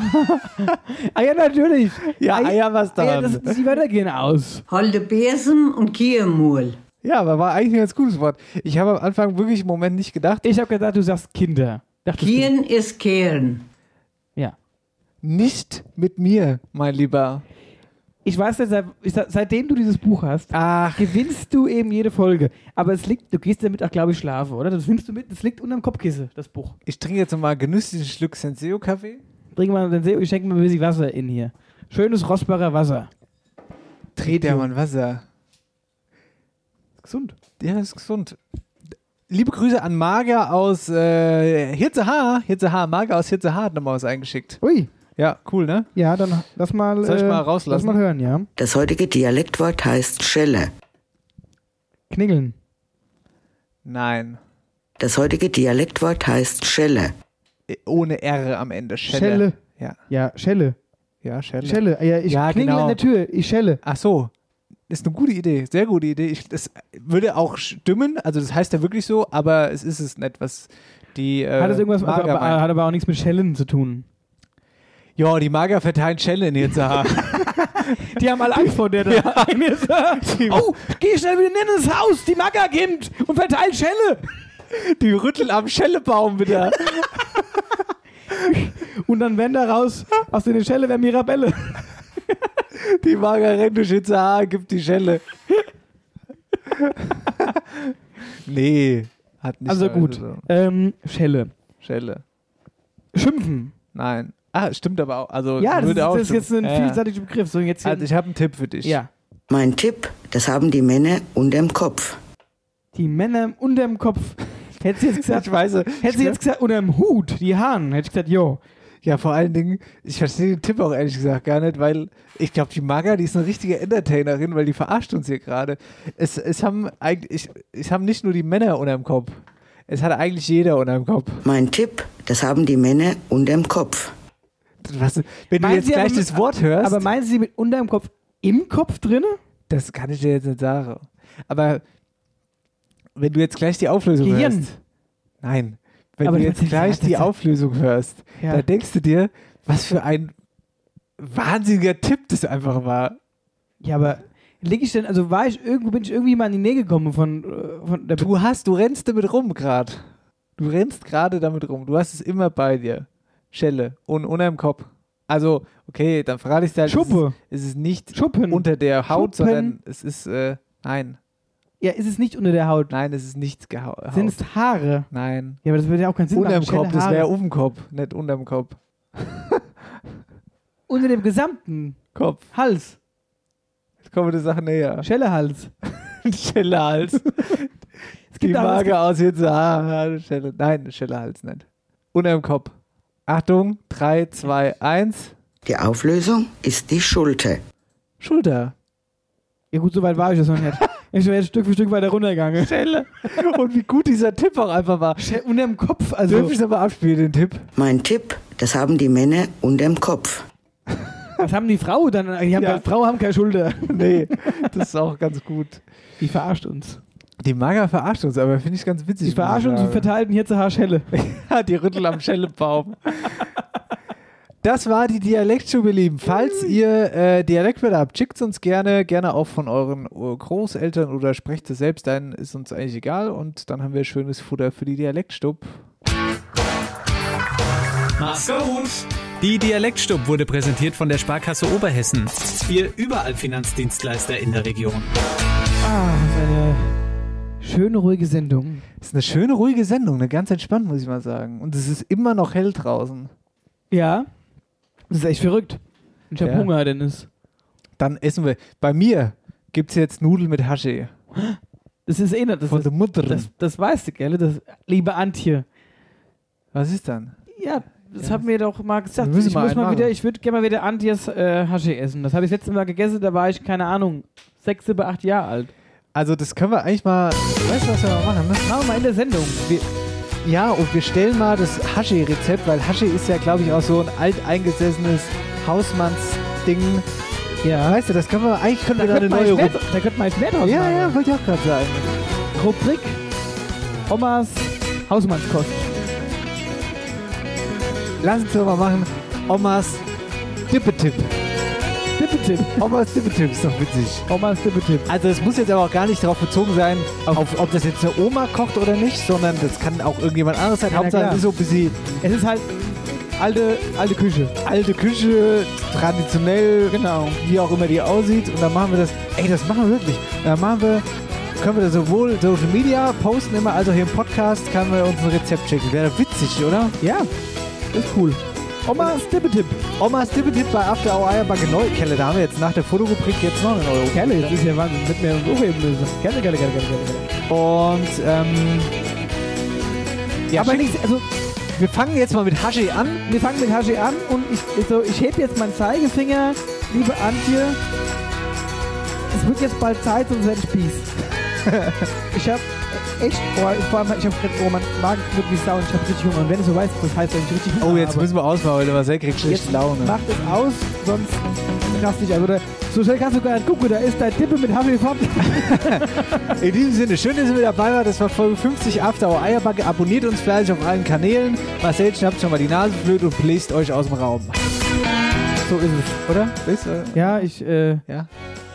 ah ja, natürlich. Ja, ah ja, was Ah ja, da. das, die Wörter gehen aus. Holde Besen und Kiermuhl. Ja, aber war eigentlich ein ganz gutes Wort. Ich habe am Anfang wirklich einen Moment nicht gedacht. Ich habe gedacht, du sagst Kinder. Kien ist Kehren. Ja. Nicht mit mir, mein Lieber. Ich weiß ja, seit, ich sag- seitdem du dieses Buch hast, gewinnst du eben jede Folge. Aber es liegt, du gehst damit auch, glaube ich, schlafen, oder? Das nimmst du mit, es liegt unterm Kopfkissen, das Buch. Ich trinke jetzt nochmal genüsslichen Schluck Senseo-Kaffee. Trink mal den See, ich schenke mir ein bisschen Wasser in hier. Schönes Rossbacher Wasser. Dreht ja mal Wasser. Ist gesund. Ja, ist gesund. Liebe Grüße an Marga aus äh, Hirzehaar. Hirzehaar, Marga aus Hirzehaar hat nochmal was eingeschickt. Ui. Ja, cool, ne? Ja, dann lass mal. Soll ich äh, mal rauslassen? Lass mal hören, ja. Das heutige Dialektwort heißt Schelle. Klingeln. Nein. Das heutige Dialektwort heißt Schelle. Ohne R am Ende. Schelle. Schelle. Ja. Ja, Schelle. Ja, Schelle. Schelle. Ja, ich Ja, klingel genau. an der Tür, ich schelle. Ach so. Ist eine gute Idee, sehr gute Idee. Ich, das würde auch stimmen, also das heißt ja wirklich so, aber es ist es nicht, was die äh, hat das irgendwas also, Marga aber, meint. aber, hat aber auch nichts mit Schellen zu tun. Ja, die Mager verteilen Schelle in Hirzehaar. Die haben alle Angst vor der da. oh, geh schnell wieder in das Haus, die Magger kommt und verteilt Schelle. Die rütteln am Schellebaum wieder. und dann werden da raus, aus der Schelle werden Mirabelle. die Mager rennt durch ah, Hirzehaar, gibt die Schelle. nee, hat nicht Also so- gut. Ähm, Schelle. Schelle. Schimpfen. Nein. Ah, stimmt aber auch. Also Ja, das ist, würde auch das ist jetzt ein stimmen. Ja, ja. vielseitiger Begriff. So, jetzt hier- Also ich habe einen Tipp für dich. Ja. Mein Tipp, das haben die Männer unterm Kopf. Die Männer unterm Kopf. Hätte sie jetzt gesagt, Ich weiß es. hätte sie jetzt gesagt, unterm Hut, die Haaren, hätte ich gesagt, jo. Ja, vor allen Dingen, ich verstehe den Tipp auch ehrlich gesagt gar nicht, weil ich glaube, die Maga, die ist eine richtige Entertainerin, weil die verarscht uns hier gerade. Es, es haben eigentlich, es haben nicht nur die Männer unterm Kopf. Es hat eigentlich jeder unterm Kopf. Mein Tipp, das haben die Männer unterm Kopf. Was, wenn du jetzt gleich das Wort hörst, Aber meinen Sie mit unterm Kopf im Kopf drinne? das kann ich dir jetzt nicht sagen. Aber wenn du jetzt gleich die Auflösung Gehirn. hörst. Nein. Wenn Aber du jetzt tatsächlich gleich hat die das- Auflösung hörst, Ja. da denkst du dir, was für ein wahnsinniger Tipp das einfach war. Ja, aber lieg ich denn, also war ich irgendwo, bin ich irgendwie mal in die Nähe gekommen von, äh, von der Du hast, du rennst damit rum gerade. Du rennst gerade damit rum. Du hast es immer bei dir. Schelle und unter dem Kopf. Also, okay, dann verrate ich dir halt. Schuppe. Es ist, es ist nicht unter der Haut, Schuppen. sondern es ist, äh, nein. Ja, ist es nicht unter der Haut? Nein, es ist nicht gehaut. Sind es Haare? Nein. Ja, aber das würde ja auch keinen Sinn Unter machen. dem Kopf, Schelle, das Haare. wäre oben Kopf, nicht unter dem Kopf. Unter dem gesamten Kopf. Hals. Jetzt kommen wir der Sache näher. Schellehals. Schellehals. Die auch- es Marke gibt- aus jetzt. Ah, ah, Schelle. Nein, Schellehals nicht. Unter dem Kopf. Achtung, 3, 2, 1. Die Auflösung ist die Schulter. Schulter. Ja gut, so weit war ich das noch nicht. Ich wäre jetzt Stück für Stück weiter runtergegangen. Schelle. Und wie gut dieser Tipp auch einfach war. Unter dem Kopf, also. Dürfen ich aber abspielen, den Tipp? Mein Tipp, das haben die Männer unterm Kopf. Was haben die Frau dann? Die haben Ja. keine, Frau haben keine Schulter. Nee, das ist auch ganz gut. Die verarscht uns. Die Maga verarscht uns, aber finde ich ganz witzig. Die verarscht uns und verteilen hier zur Haarschelle. Ja, die Rüttel am Schellebaum. Das war die Dialektschule, ihr Lieben. Falls ihr äh, Dialektwörter habt, schickt uns gerne, gerne auch von euren äh, Großeltern oder sprecht es selbst ein, ist uns eigentlich egal. Und dann haben wir schönes Futter für die Dialektstub. Mach's gut! Die Dialektstub wurde präsentiert von der Sparkasse Oberhessen. Wir überall Finanzdienstleister in der Region. Ah, das ist eine schöne, ruhige Sendung. Ist eine schöne, ruhige Sendung, eine ganz entspannt, muss ich mal sagen. Und es ist immer noch hell draußen. Ja. Das ist echt verrückt. Ich habe Ja. Hunger, Dennis. Dann essen wir. Bei mir gibt es jetzt Nudeln mit Hasche. Das ist eh nicht. Das, Von ist, der Mutter. das, das weißt du, gell? Das, liebe Antje. Was ist dann? Ja, das hat mir doch mal gesagt. Wir müssen Ich, mal muss einen mal machen. wieder, ich würde gerne mal wieder Antjes äh, Hasche essen. Das habe ich das letzte Mal gegessen, da war ich, keine Ahnung, sechs, sieben, acht Jahre alt. Also das können wir eigentlich mal. Weißt du, was wir mal machen? Ne? Machen wir mal in der Sendung. Wir, ja, und wir stellen mal das Hasche-Rezept, weil Hasche ist ja, glaube ich, auch so ein alteingesessenes Hausmannsding. Ja. Weißt du, das können wir eigentlich können Da wir da eine könnte man neue jetzt mehr, Rubrik. da könnte man jetzt mehr draus Ja, machen. ja, wollte ich auch gerade sagen. Rubrik Omas Hausmannskost. Lass uns doch mal machen. Omas Dippetipp. Dippetipp. Omas Dippetipp ist doch witzig. Omas Dippetipp. Also es muss jetzt aber auch gar nicht darauf bezogen sein, auf, ob das jetzt eine Oma kocht oder nicht, sondern das kann auch irgendjemand anderes sein. Ja, na Hauptsache klar. es ist so ein bisschen Es ist halt alte, alte Küche. alte Küche, traditionell, genau, wie auch immer die aussieht. Und dann machen wir das. Ey, das machen wir wirklich. Dann machen wir, können wir das sowohl Social Media posten immer, als auch hier im Podcast, können wir uns ein Rezept schicken. Wäre doch witzig, oder? Ja, ist cool. Omas Dippetipp. Omas Dippetipp bei After Hour Eierbacke Neukelle. Da haben wir jetzt nach der Fotorubrik jetzt noch einen Euro. Kerle, das ist ja Wahnsinn. Mit mir und Uwe eben müssen. Kerle, Kerle, Kerle, Kerle, Kerle. Und, ähm, ja, Aber schick- nichts, also wir fangen jetzt mal mit Hashi an. wir fangen mit Hashi an und ich, so, ich heb jetzt meinen Zeigefinger, liebe Antje. Es wird jetzt bald Zeit, sonst werde ich Spieß. ich hab echt, oh, vor allem, ich hab gerade, oh, mein Magen knurrt wie Sau und ich hab richtig Hunger. Und wenn du so weißt, das heißt, dass ich richtig Hunger Oh, jetzt habe. müssen wir ausmachen, Leute, was er kriegt schlechte Jetzt Laune. Macht es aus, sonst krass nicht. Also, da, so schnell kannst du gar nicht gucken, da ist dein Tippe mit Hashi Pop. In diesem Sinne, schön, dass ihr mit dabei wart. Das war Folge 50 After Hour Eierbacke. Abonniert uns fleißig auf allen Kanälen. Marcel schnappt schon mal die Nase blöd und bläst euch aus dem Raum. So ist es, oder? Ist, äh, Ja, ich, äh, ja.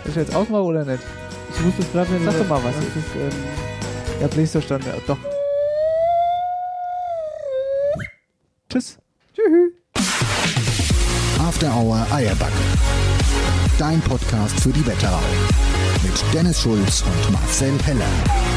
Soll ich jetzt ausmachen oder nicht? ich wusste es gerade nicht. Sag doch mal was. Das ist, ähm, Ja, bläst euch dann. Ja, doch. Tschüss. tschüss. After Hour Eierbacke. Dein Podcast für die Wetterau. Mit Dennis Schulz und Marcel Heller.